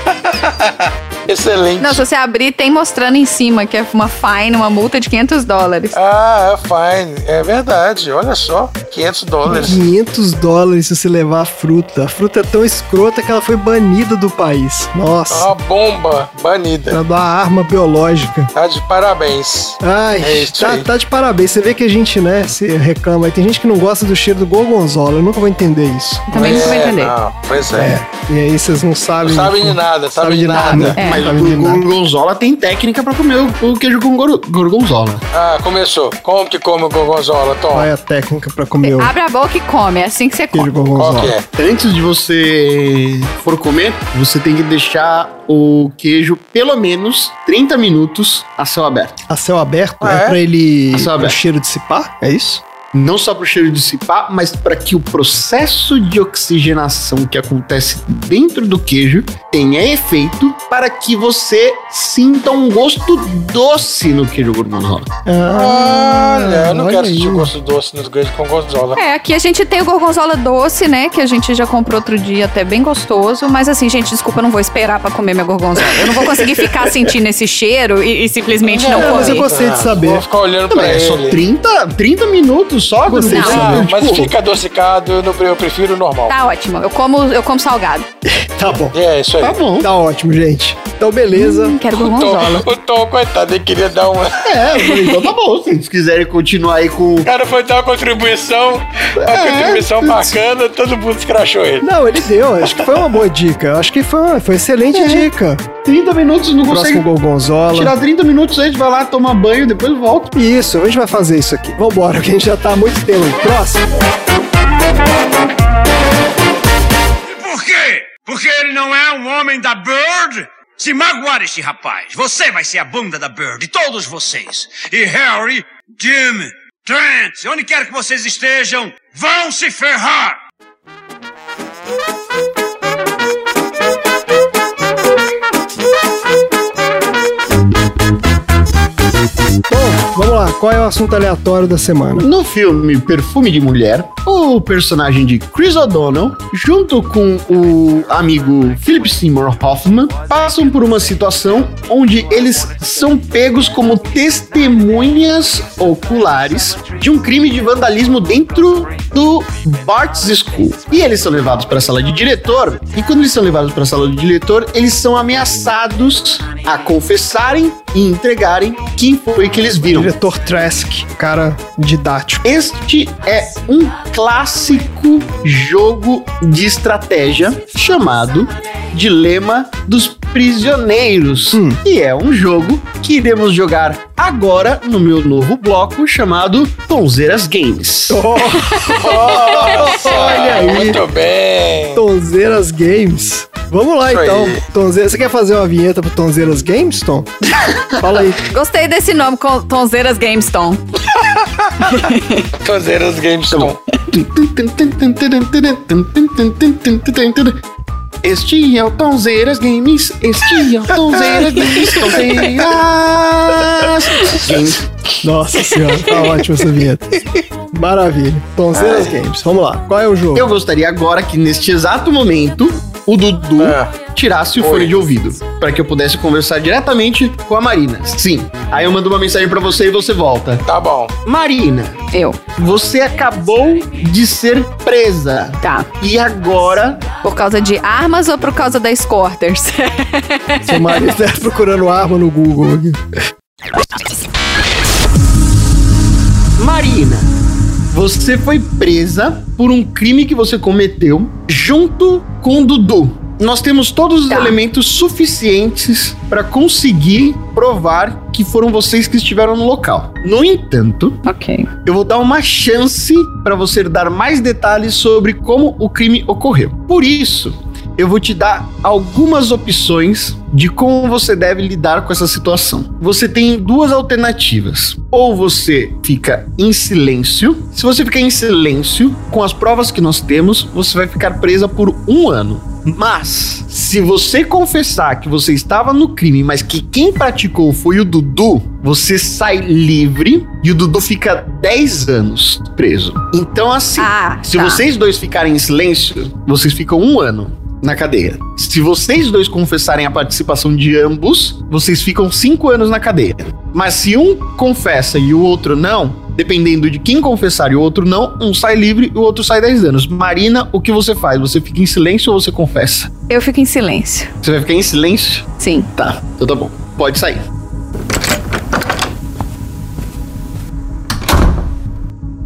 Excelente. Não, se você abrir, tem mostrando em cima que é uma fine, uma multa de 500 dólares. Ah, é fine. É verdade. Olha só. 500 dólares. 500 dólares se você levar a fruta. A fruta é tão escrota que ela foi banida do país. Nossa, Uma bomba banida. tá da arma biológica. Tá de parabéns. Ai, É isso tá, aí. tá de parabéns. Você vê que a gente, né, se reclama. aí. Tem gente que não gosta do cheiro do gorgonzola. Eu nunca vou entender isso. Também não vai É, entender. não, pois é. E aí vocês não sabem. Não sabem de nada, sabem de nada. É. Mas Sabem de o nada. gorgonzola tem técnica pra comer o o queijo com gor- gorgonzola. Ah, começou. Como que come o gorgonzola, Tom? Qual é a técnica pra comer o Abre a boca e come, é assim que você queijo come. Qual gorgonzola? que é? Antes de você for comer, você tem que deixar o queijo pelo menos 30 minutos a céu aberto. A céu aberto? Ah, é? é? pra ele. A céu o aberto. cheiro dissipar? É isso? Não só para o cheiro dissipar, mas para que o processo de oxigenação que acontece dentro do queijo tenha efeito para que você sinta um gosto doce no queijo gorgonzola. é? Olha, eu não olha quero sentir aí. o gosto doce no queijo com gorgonzola. É, aqui a gente tem o gorgonzola doce, né? Que a gente já comprou outro dia, até bem gostoso. Mas assim, gente, desculpa, eu não vou esperar pra comer minha gorgonzola. Eu não vou conseguir ficar sentindo esse cheiro e, e simplesmente não mas eu comer. Ah, gostei É, de saber. Vou ficar olhando pra Também é só ele. 30, 30 minutos só? Gostei. Bruno? Não, Tipo, mas fica adocicado, eu, não- eu prefiro o normal. Tá ótimo. Eu como, eu como salgado. Tá bom. É, isso aí. Tá bom. Tá ótimo, gente. Então, beleza. Hum, quero o, gorgonzola. Tom, o Tom, coitado, ele queria dar uma. É, eu falei, então tá bom. Se vocês quiserem continuar aí com. O cara foi dar uma contribuição, uma É. contribuição bacana, todo mundo escrachou ele. Não, ele deu. Acho que foi uma boa dica. Acho que foi uma foi excelente É. dica. 30 minutos, não Próximo consegue. gol Gonzola. Tirar 30 minutos, a gente vai lá tomar banho, depois volta. Isso, a gente vai fazer isso aqui. Vambora, que a gente já tá há muito tempo. aí. Próximo. Por quê? Porque ele não é um homem da Bird? Se magoar este rapaz, você vai ser a bunda da Bird, todos vocês. E Harry, Jim, Trent, onde quer que vocês estejam, vão se ferrar! Bom, vamos lá. Qual é o assunto aleatório da semana? No filme Perfume de Mulher, o personagem de Chris O'Donnell, junto com o amigo Philip Seymour Hoffman, passam por uma situação onde eles são pegos como testemunhas oculares de um crime de vandalismo dentro do Bart's School. E eles são levados para a sala de diretor, e quando eles são levados para a sala de diretor, eles são ameaçados a confessarem e entregarem quem foi que eles viram. Diretor Trask, cara didático. Este é um clássico jogo de estratégia chamado Dilema dos Prisioneiros. E é um jogo que iremos jogar agora no meu novo bloco chamado Tonzeiras Games. Olha aí. Muito bem. Tonzeiras Games. Vamos lá, Isso aí. então. Tonzeiras, você quer fazer uma vinheta pro Tonzeiras Games, Tom? Fala aí. Gostei desse nome, com- Tonzeiras Games Tom. Tonzeiras Games Tom. Este é o Tonzeiras Games, este é o Tonzeiras Games, Tonzeiras Games. Nossa senhora, tá ótima essa vinheta. Maravilha. Tonzeiras Games, vamos lá. Qual é o jogo? Eu gostaria agora que neste exato momento o Dudu Ah. tirasse o Oi. fone de ouvido para que eu pudesse conversar diretamente com a Marina. Sim. Aí eu mando uma mensagem para você e você volta. Tá bom. Marina, Eu. você acabou de ser presa. Tá. E agora Por causa de armas ou por causa da Scorters? Seu marido tá procurando arma no Google aqui. Marina, você foi presa por um crime que você cometeu junto com o Dudu. Nós temos todos os Tá. elementos suficientes para conseguir provar que foram vocês que estiveram no local. No entanto, ok. eu vou dar uma chance para você dar mais detalhes sobre como o crime ocorreu. Por isso, eu vou te dar algumas opções de como você deve lidar com essa situação. Você tem duas alternativas. Ou você fica em silêncio. Se você ficar em silêncio, com as provas que nós temos, você vai ficar presa por um ano. Mas, se você confessar que você estava no crime, mas que quem praticou foi o Dudu, você sai livre e o Dudu fica 10 anos preso. Então, assim, Ah, se tá. vocês dois ficarem em silêncio, vocês ficam um ano na cadeia. Se vocês dois confessarem a participação de ambos, vocês ficam cinco anos na cadeia. Mas se um confessa e o outro não, dependendo de quem confessar e o outro não, um sai livre e o outro sai 10 anos. Marina, o que você faz? Você fica em silêncio ou você confessa? Eu fico em silêncio. Você vai ficar em silêncio? Sim. Tá, então tá bom. Pode sair.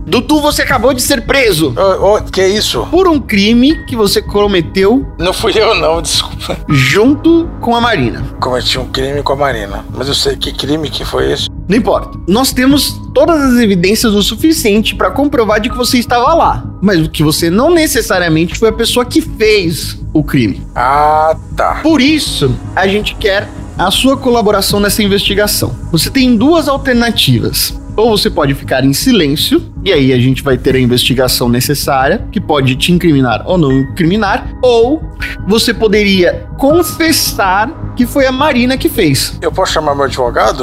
Dudu, você acabou de ser preso Ô, ô, que isso? por um crime que você cometeu Não fui eu, não, desculpa. junto com a Marina. Cometi um crime com a Marina. Mas eu sei que crime que foi esse. Não importa. Nós temos todas as evidências o suficiente para comprovar de que você estava lá, mas que você não necessariamente foi a pessoa que fez o crime. Ah, tá. Por isso, a gente quer a sua colaboração nessa investigação. Você tem duas alternativas. Ou você pode ficar em silêncio, e aí a gente vai ter a investigação necessária, que pode te incriminar ou não incriminar. Ou você poderia confessar que foi a Marina que fez. Eu posso chamar meu advogado?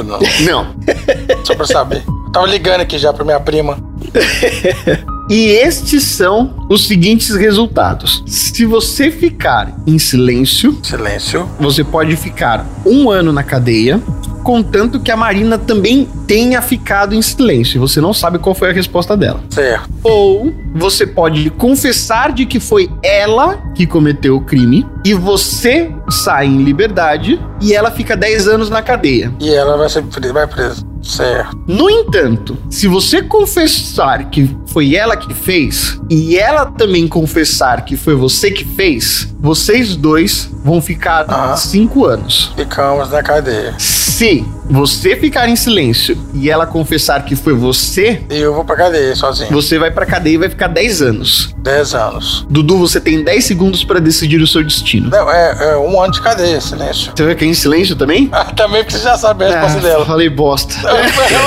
Não. Não, Só pra saber. Tava ligando aqui já pra minha prima. E estes são os seguintes resultados. Se você ficar em silêncio, Silêncio. você pode ficar um ano na cadeia, contanto que a Marina também tenha ficado em silêncio. Você não sabe qual foi a resposta dela. Certo. Ou você pode confessar de que foi ela que cometeu o crime e você sai em liberdade e ela fica 10 anos na cadeia. E ela vai ser presa. Vai presa. Certo. No entanto, se você confessar que foi ela que fez e ela também confessar que foi você que fez, vocês dois vão Ah. ficar 5 anos. Ficamos na cadeia. Se você ficar em silêncio e ela confessar que foi você, E eu vou pra cadeia sozinho. você vai pra cadeia e vai ficar 10 anos. 10 anos. Dudu, você tem 10 segundos pra decidir o seu destino. Não, é, é um ano de cadeia, silêncio. Você vai cair em silêncio também? Ah, também porque você já sabe a resposta Ah, dela. Falei bosta.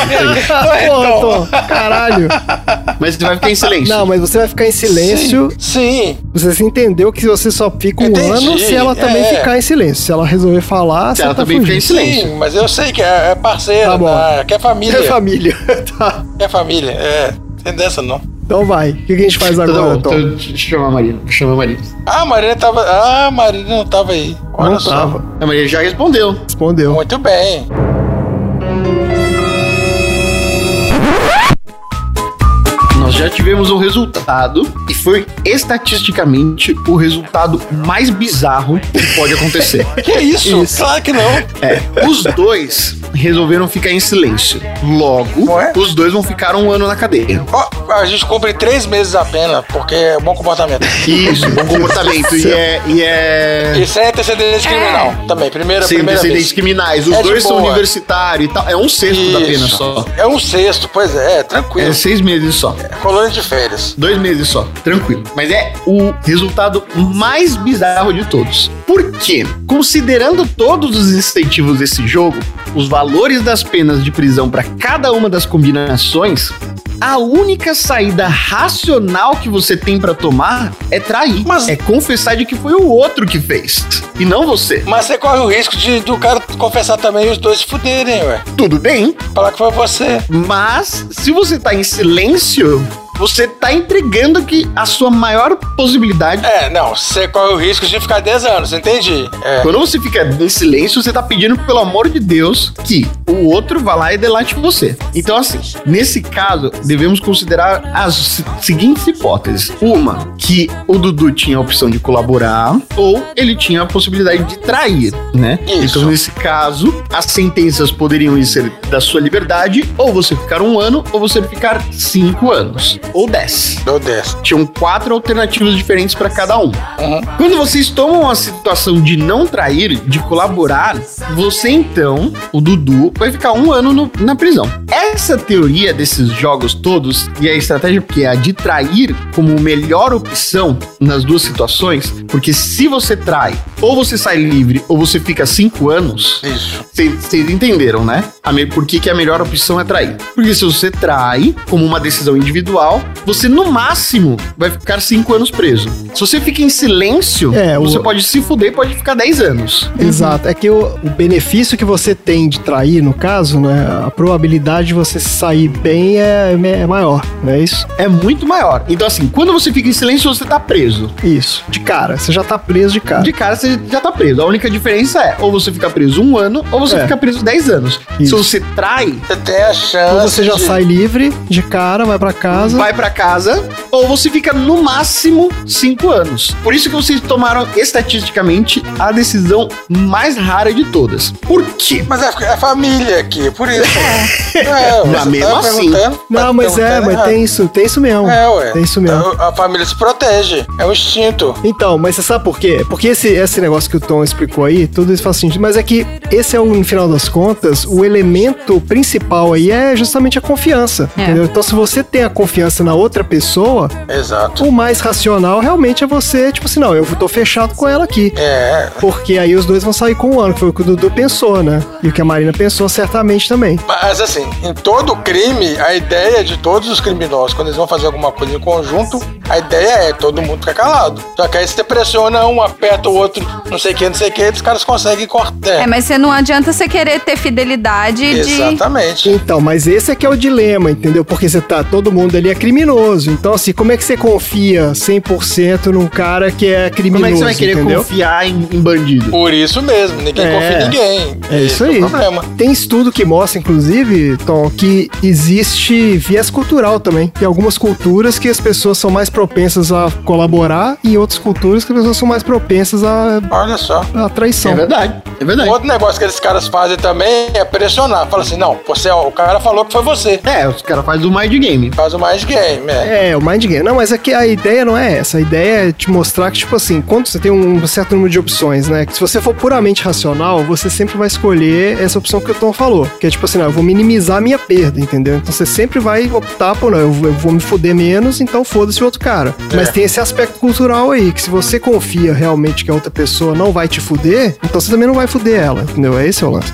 Pô, Ah, Tom, caralho. Mas você vai ficar em silêncio. Não, mas você vai ficar em silêncio. Sim. sim. Você se entendeu que você só fica um Entendi, ano se ela também é. ficar em silêncio. Se ela resolver falar, Se você ela tá também ficar em fugindo. silêncio. Sim, mas eu sei que é, é parceira, Tá bom. tá? que é família. É família. tá. que é família, é. Tem dessa não. Então vai. O que que a gente faz Tá bom, agora, Tom? então deixa eu chamar a Marina. Deixa eu chamar a Marina. Ah, a Marina tava. Ah, a Marina não tava aí. Olha Não só. tava. A Marina já respondeu. Respondeu. Muito bem. Nós já tivemos um resultado e foi estatisticamente o resultado mais bizarro que pode acontecer. Que isso? Isso. Claro que não. É, os dois resolveram ficar em silêncio. Logo, Ué? os dois vão ficar um ano na cadeia. Ó, a gente cumpre três meses a pena, porque é bom comportamento. Isso, bom comportamento. e é. E é... Isso é antecedente criminal também. Primeira, Sem primeira descendentes vez. criminais. Os É de dois são boa. universitários e tal. É um sexto da pena Isso. só. É um sexto, pois é, é É tranquilo. É seis meses só. Colônia de férias. Dois meses só, tranquilo. Mas é o resultado mais bizarro de todos. Por quê? Considerando todos os incentivos desse jogo, os valores das penas de prisão para cada uma das combinações, a única saída racional que você tem para tomar é trair. Mas- É confessar de que foi o outro que fez. E não você. Mas você corre o risco de do cara confessar também e os dois se fuderem, ué. Tudo bem, Falar que foi você. Mas se você tá em silêncio, você tá entregando que a sua maior possibilidade. É, não, você corre o risco de ficar 10 anos, entendi. É. Quando você fica em silêncio, você tá pedindo, pelo amor de Deus, que o outro vá lá e delate você. Então, assim, nesse caso, devemos considerar as se- seguintes hipóteses. Uma, que o Dudu tinha a opção de colaborar, ou ele tinha a possibilidade de trair, né? Isso. Então, nesse caso, as sentenças poderiam ser da sua liberdade, ou você ficar um ano, ou você ficar cinco anos, ou dez Dou 10. tinham quatro alternativas diferentes para cada um. Uhum. Quando vocês tomam a situação de não trair, de colaborar, você então, o Dudu, vai ficar um ano no- na prisão. Essa teoria desses jogos todos e a estratégia que é a de trair como melhor opção nas duas situações, porque se você trai, ou você sai livre, ou você fica cinco anos, Isso. vocês entenderam, né? A me- Por que, que a melhor opção é trair? Porque se você trai, como uma decisão individual, você no máximo vai ficar cinco anos preso. Se você fica em silêncio, É, o- você pode se fuder e pode ficar 10 anos. Exato. É que o, o benefício que você tem de trair, no caso, né? A probabilidade de você sair bem é, é maior, não é isso? É muito maior. Então, assim, quando você fica em silêncio, você tá preso. Isso. De cara. Você já tá preso de cara. De cara, você já tá preso. A única diferença é, ou você fica preso um ano, ou você É. fica preso 10 anos. Isso. Se você trai, Você tem a chance. Ou Então você já de- sai livre, de cara, vai pra casa. vai pra casa, ou você fica no máximo cinco anos. Por isso que vocês tomaram estatisticamente a decisão mais rara de todas. Por quê? Mas é, é família aqui, por isso. É, Mas você mesmo assim. perguntando- tá Não, mas é, perguntando mas errado. tem isso, tem isso mesmo. É, ué. Tem isso mesmo. A, a família se protege. É um instinto. Então, mas você sabe por quê? Porque esse, esse negócio que o Tom explicou aí, tudo isso faz sentido. Mas é que esse é o, no final das contas, o elemento principal aí é justamente a confiança. É. Entendeu? Então, se você tem a confiança na outra pessoa, Exato. o mais racional realmente é você, tipo assim, não, eu tô fechado com ela aqui. É. Porque aí os dois vão sair com um ano, que foi o que o Dudu pensou, né? E o que a Marina pensou certamente também. Mas assim, em todo crime, a ideia de todos os criminosos, quando eles vão fazer alguma coisa em conjunto, A ideia é todo mundo ficar calado. Só que aí você pressiona um, aperta o outro, não sei o que, não sei o que, os caras conseguem cortar. É, mas você não adianta você querer ter fidelidade de. Exatamente. Então, mas esse é que é o dilema, entendeu? Porque você tá, todo mundo ali é criminoso. Então, assim, como é que você confia 100% num cara que é criminoso, Como é que você vai querer entendeu? confiar em, em bandido? Por isso mesmo, ninguém É. confia em ninguém. É isso aí. É o problema. Tem estudo que mostra, inclusive, Tom, que existe viés cultural também. Tem algumas culturas que as pessoas são mais propensas a colaborar e outras culturas que as pessoas são mais propensas à Olha só. à traição. É verdade, é verdade. Um Outro negócio que esses caras fazem também é pressionar. Fala assim, não, você, ó, o cara falou que foi você. É, os caras fazem o mind game. Faz o mais game, é. É, o Mind Game. Não, mas aqui a ideia não é essa. A ideia é te mostrar que, tipo assim, quando você tem um certo número de opções, né? Que se você for puramente racional, você sempre vai escolher essa opção que o Tom falou. Que é tipo assim, não, eu vou minimizar a minha perda, entendeu? Então você sempre vai optar por, não, eu vou, eu vou me foder menos, então foda-se o outro cara. Mas tem esse aspecto cultural aí, que se você confia realmente que a outra pessoa não vai te foder, então você também não vai foder ela, entendeu? É esse o lance.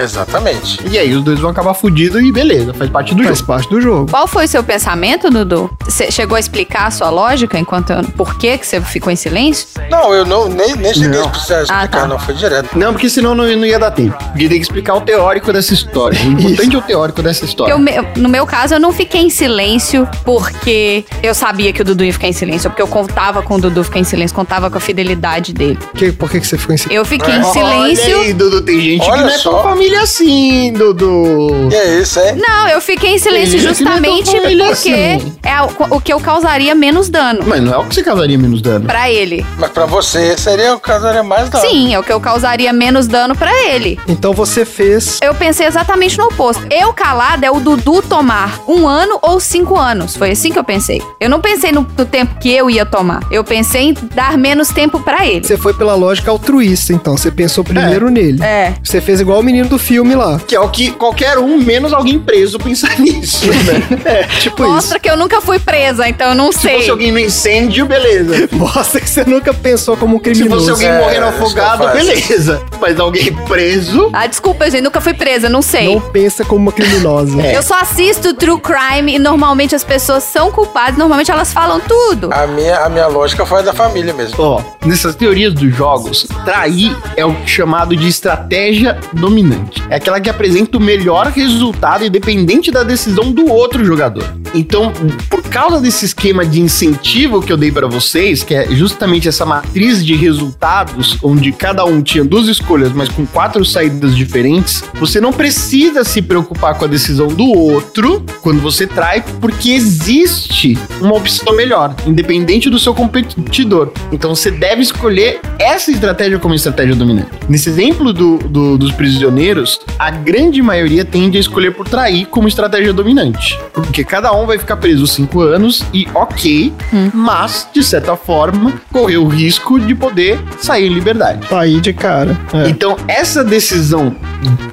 Exatamente. E aí, os dois vão acabar fudidos e beleza, faz parte do Faz jogo. parte do jogo. Qual foi o seu pensamento, Dudu? Você chegou a explicar a sua lógica enquanto eu... por que que você ficou em silêncio? Não, eu não, nem, nem cheguei a precisar explicar, Ah, tá. não, foi direto. Não, porque senão não, não ia dar tempo. Porque tem que explicar o teórico dessa história. O importante é o teórico dessa história. Eu me- no meu caso, eu não fiquei em silêncio porque eu sabia que o Dudu ia ficar em silêncio, porque eu contava com o Dudu ficar em silêncio, contava com a fidelidade dele. Que- por que, que você ficou em silêncio? Eu fiquei em Olha silêncio. aí, Dudu, tem gente Olha que não é só. tão família assim, Dudu. E é isso, hein? Não, eu fiquei em silêncio Ele- justamente ele é tão porque assim. é o- o que eu causaria menos dano Mas não é o que você causaria menos dano. pra ele. Mas pra você seria o casaria mais Tá. da Sim, é o que eu causaria menos dano pra ele. Então você fez Eu pensei exatamente no oposto. Eu calada é o Dudu tomar um ano ou cinco anos. Foi assim que eu pensei. Eu não pensei no, no tempo que eu ia tomar. Eu pensei em dar menos tempo pra ele. Você foi pela lógica altruísta, então. Você pensou primeiro nele. É. Você fez igual o menino do filme lá. Que é o que qualquer um, menos alguém preso, pensar nisso, né? Tipo Mostra que eu nunca fui presa, então eu não Se sei. fosse alguém no incêndio, beleza. isso. Mostra que você nunca pensou como um Se criminoso. fosse alguém É, morrendo isso que eu afogado, faço. beleza. Mas alguém preso, Ah, desculpa, gente, nunca fui presa, não sei. Não é. pensa como uma criminosa. É. Eu só assisto True Crime e normalmente as pessoas são culpadas, normalmente elas falam tudo. A minha, a minha lógica foi a da família mesmo. ó, nessas teorias dos jogos, trair é o chamado de estratégia dominante. É aquela que apresenta o melhor resultado independente da decisão do outro jogador. Então, por causa desse esquema de incentivo que eu dei pra vocês, que é justamente essa matriz de resultados, onde cada um tinha duas escolhas, mas com quatro saídas diferentes, você não precisa se preocupar com a decisão do outro quando você trai, porque existe uma opção melhor, independente do seu competidor. Então você deve escolher essa estratégia como estratégia dominante. Nesse exemplo do- do- dos prisioneiros, a grande maioria tende a escolher por trair como estratégia dominante. Porque cada um vai ficar preso cinco anos e ok, mas, de certa forma, correu o risco de poder sair em liberdade. Tá aí de cara. É. Então, essa decisão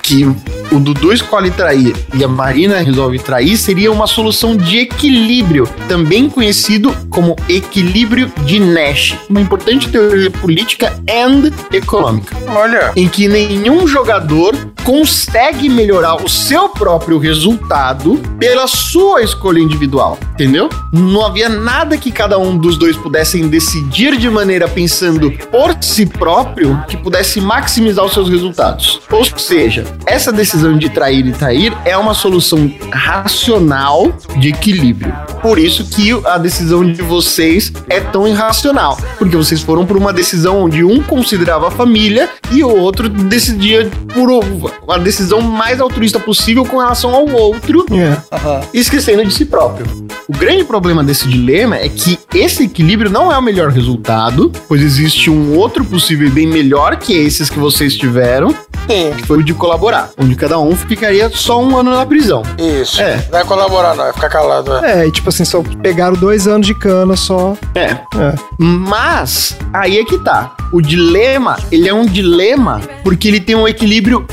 que o Dudu escolhe trair e a Marina resolve trair seria uma solução de equilíbrio, também conhecido como equilíbrio de Nash, uma importante teoria política and econômica, Olha, em que nenhum jogador consegue melhorar o seu próprio resultado pela sua escolha individual, entendeu? Não havia nada que cada um dos dois pudessem decidir de maneira pensando por si próprio que pudesse maximizar os seus resultados. Ou seja, essa decisão de trair e trair é uma solução racional de equilíbrio. Por isso que a decisão de vocês é tão irracional, porque vocês foram por uma decisão onde um considerava a família e o outro decidia por uma decisão mais altruísta possível com relação ao outro, É. esquecendo de si próprio. O grande problema desse dilema é que esse equilíbrio não é o melhor resultado, pois existe um outro possível e bem melhor que esses que vocês tiveram, sim, que foi o de colaborar, onde cada um ficaria só um ano na prisão. isso. É. Não é colaborar, não, é ficar calado. É. É, e tipo assim, só pegaram dois anos de cana só. É, É. Mas aí é que tá. O dilema, ele é um dilema porque ele tem um equilíbrio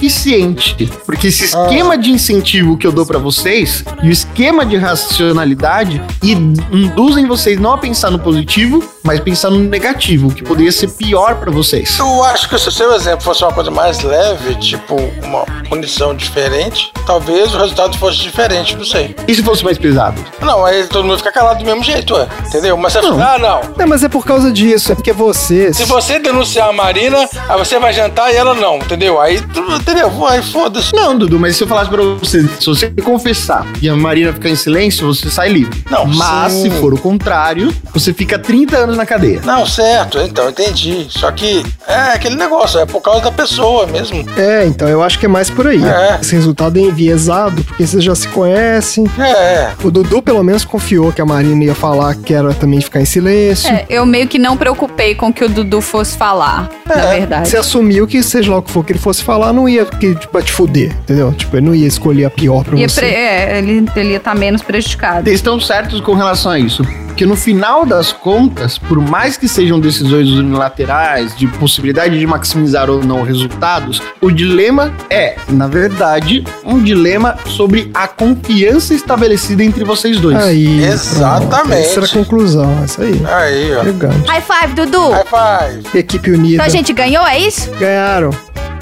ineficiente. Porque Ah. esse esquema de incentivo que eu dou pra vocês e o esquema de racionalidade e- induzem vocês não a pensar no positivo, mas pensar no negativo, o que poderia ser pior pra vocês. Eu acho que se o seu exemplo fosse uma coisa mais leve, tipo uma punição diferente, talvez o resultado fosse diferente, não sei. E se fosse mais pesado? Não, aí todo mundo fica calado do mesmo jeito, ué. Entendeu? Mas você Não. fala, ah, não. Não, mas é por causa disso, é porque vocês. Se você denunciar a Marina, aí você vai jantar e ela não, entendeu? Aí, tu- entendeu? Aí foda-se. Não, Dudu, mas se eu falasse pra você, se você confessar e a Marina ficar em silêncio, você sai livre. Não, Mas sim. se for o contrário, você fica 30 anos na cadeia. Não, certo, então, entendi. Só que é aquele negócio, é por causa da pessoa mesmo. É, então eu acho que é mais por aí. É. Esse resultado é enviesado, porque vocês já se conhecem. É, O Dudu, pelo menos, confiou que a Marina ia falar que era também ficar em silêncio. É, eu meio que não preocupei com o que o Dudu fosse falar, na verdade. Você assumiu que, seja lá o que for que ele fosse falar, não ia que, tipo, te fuder, entendeu? Tipo, ele não ia escolher a pior pra Ia você. pre- é, ele, ele ia estar menos prejudicado. Vocês estão certos com relação a isso. Porque no final das contas, por mais que sejam decisões unilaterais, de possibilidade de maximizar ou não resultados, o dilema é, na verdade, um dilema sobre a confiança estabelecida entre vocês dois. Aí. Exatamente. pronto. Essa era a conclusão, essa aí. aí, ó. Legal. High five, Dudu! High five. Equipe unida. Então a gente ganhou, é isso? Ganharam.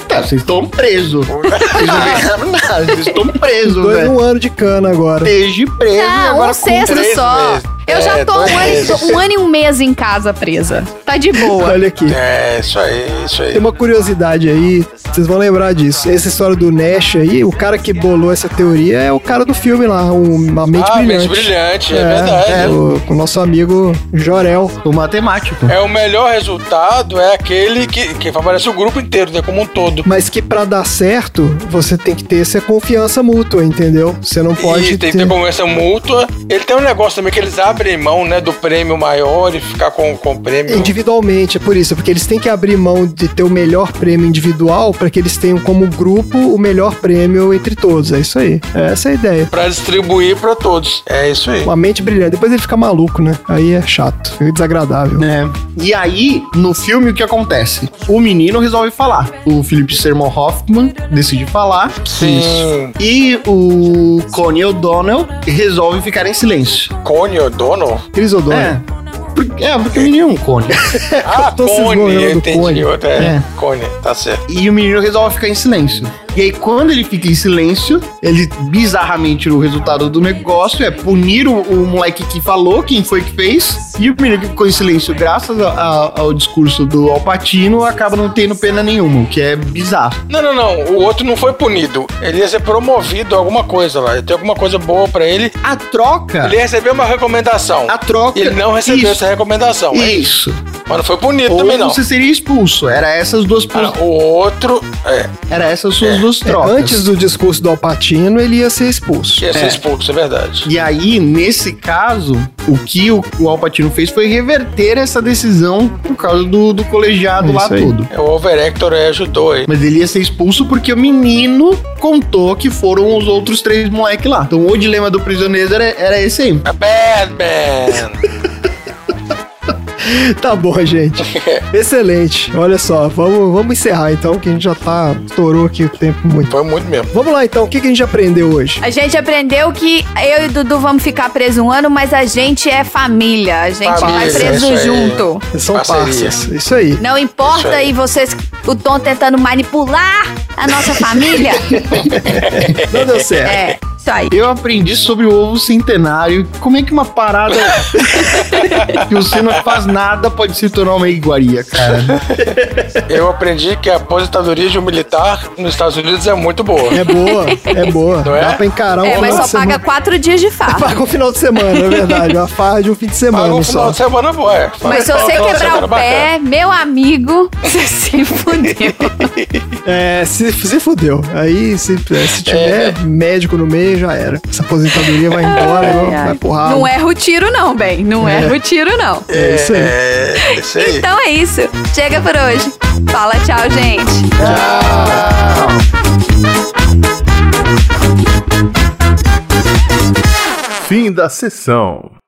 Tá, vocês estão presos. Vocês não ganharam nada, vocês estão presos, né? Dois, velho. um ano de cana agora. Esteja preso e Ah, agora um sexto três só. meses. Eu já É, tô um dois ano, meses. e- um ano e um mês em casa presa. Tá de boa. Olha aqui. É, isso aí, isso aí. Tem uma curiosidade aí, vocês vão lembrar disso. Essa história do Nash aí, o cara que bolou essa teoria é o cara do filme lá, o, a Mente ah, Brilhante. mente brilhante, é, verdade. é, o, com o nosso amigo Jorel. o matemático. É o melhor resultado, é aquele que, que favorece o grupo inteiro, né? Como um todo. Mas que pra dar certo, você tem que ter essa confiança mútua, entendeu? Você não pode e tem que ter... ter convenção mútua. Ele tem um negócio também que eles abrem mão, né, do prêmio maior e ficar com, com o prêmio. Individualmente, é por isso, porque eles têm que abrir mão de ter o melhor prêmio individual pra que eles tenham como grupo o melhor prêmio entre todos. É isso aí. É essa a ideia. Pra distribuir pra todos. É isso aí. Uma mente brilhante. Depois ele fica maluco, né? Aí é chato, fica desagradável. né? E aí, no filme, o que acontece? O menino resolve falar. O Philip Sermon Hoffman decide falar. Sim. E o Connie O'Donnell resolve ficar em silêncio. Cone O'Donnell? Cris O'Donnell. É. Por- É, porque o menino é um cone. Ah, tô cismando Cone, eu do entendi. Cone. Outra, é. É. Cone, tá certo. E o menino resolve ficar em silêncio. E aí, quando ele fica em silêncio, ele bizarramente o resultado do negócio é punir o, o moleque que falou, quem foi que fez. E o menino que ficou em silêncio, graças a- a- ao discurso do Alpatino, acaba não tendo pena nenhuma, o que é bizarro. Não, não, não. O outro não foi punido. Ele ia ser promovido a alguma coisa lá. Tem alguma coisa boa pra ele. A troca. Ele ia receber uma recomendação. A troca. E ele não recebeu Ah. Isso. essa recomendação. é isso. Isso. Mas não foi punido Ou também, não. você seria expulso. Era essas duas pos- Ah, o outro. É, Era essas suas duas É, trocas. antes do discurso do Alpatino, ele ia ser expulso. ia ser É. expulso, é verdade. E aí, nesse caso, o que o, o Alpatino fez foi reverter essa decisão por causa do, do colegiado É lá isso aí. todo. O Overactor aí ajudou aí. Mas ele ia ser expulso porque o menino contou que foram os outros três moleques lá. Então o dilema do prisioneiro era, era esse aí. A Batman! Tá bom, gente. Excelente. Olha só, vamos, vamos encerrar então, que a gente já tá estourou aqui o tempo muito. Foi muito mesmo. Vamos lá então, o que, que a gente aprendeu hoje? A gente aprendeu que eu e o Dudu vamos ficar presos um ano, mas a gente é família. A gente vai Família, preso isso aí. junto. São Parceria. parças. Isso aí. Não Isso importa aí. aí vocês, o Tom tentando manipular a nossa família. Não deu certo. é, isso aí. Eu aprendi sobre o ovo centenário. Como é que uma parada que você não faz nada pode se tornar uma iguaria, cara? Eu aprendi que a aposentadoria de um militar nos Estados Unidos é muito boa. É boa, é boa. Não é? Dá pra encarar um É, mas final de só paga semana. quatro dias de farra. Paga um final de semana, é verdade. Uma farra de um fim de semana Paga um só. final de semana boa, é. Mas se Paga um você final de quebrar semana o bacana. pé, meu amigo, você se fudeu. É, se, se fudeu. Aí, se, é, se tiver médico no meio, já era. Essa aposentadoria vai embora, vai, vai porrada. Não é erra o tiro, não, bem. Não erra o tiro, não. É isso aí. É, isso aí. Então é isso. Chega por hoje. Fala tchau, gente. Fim da sessão.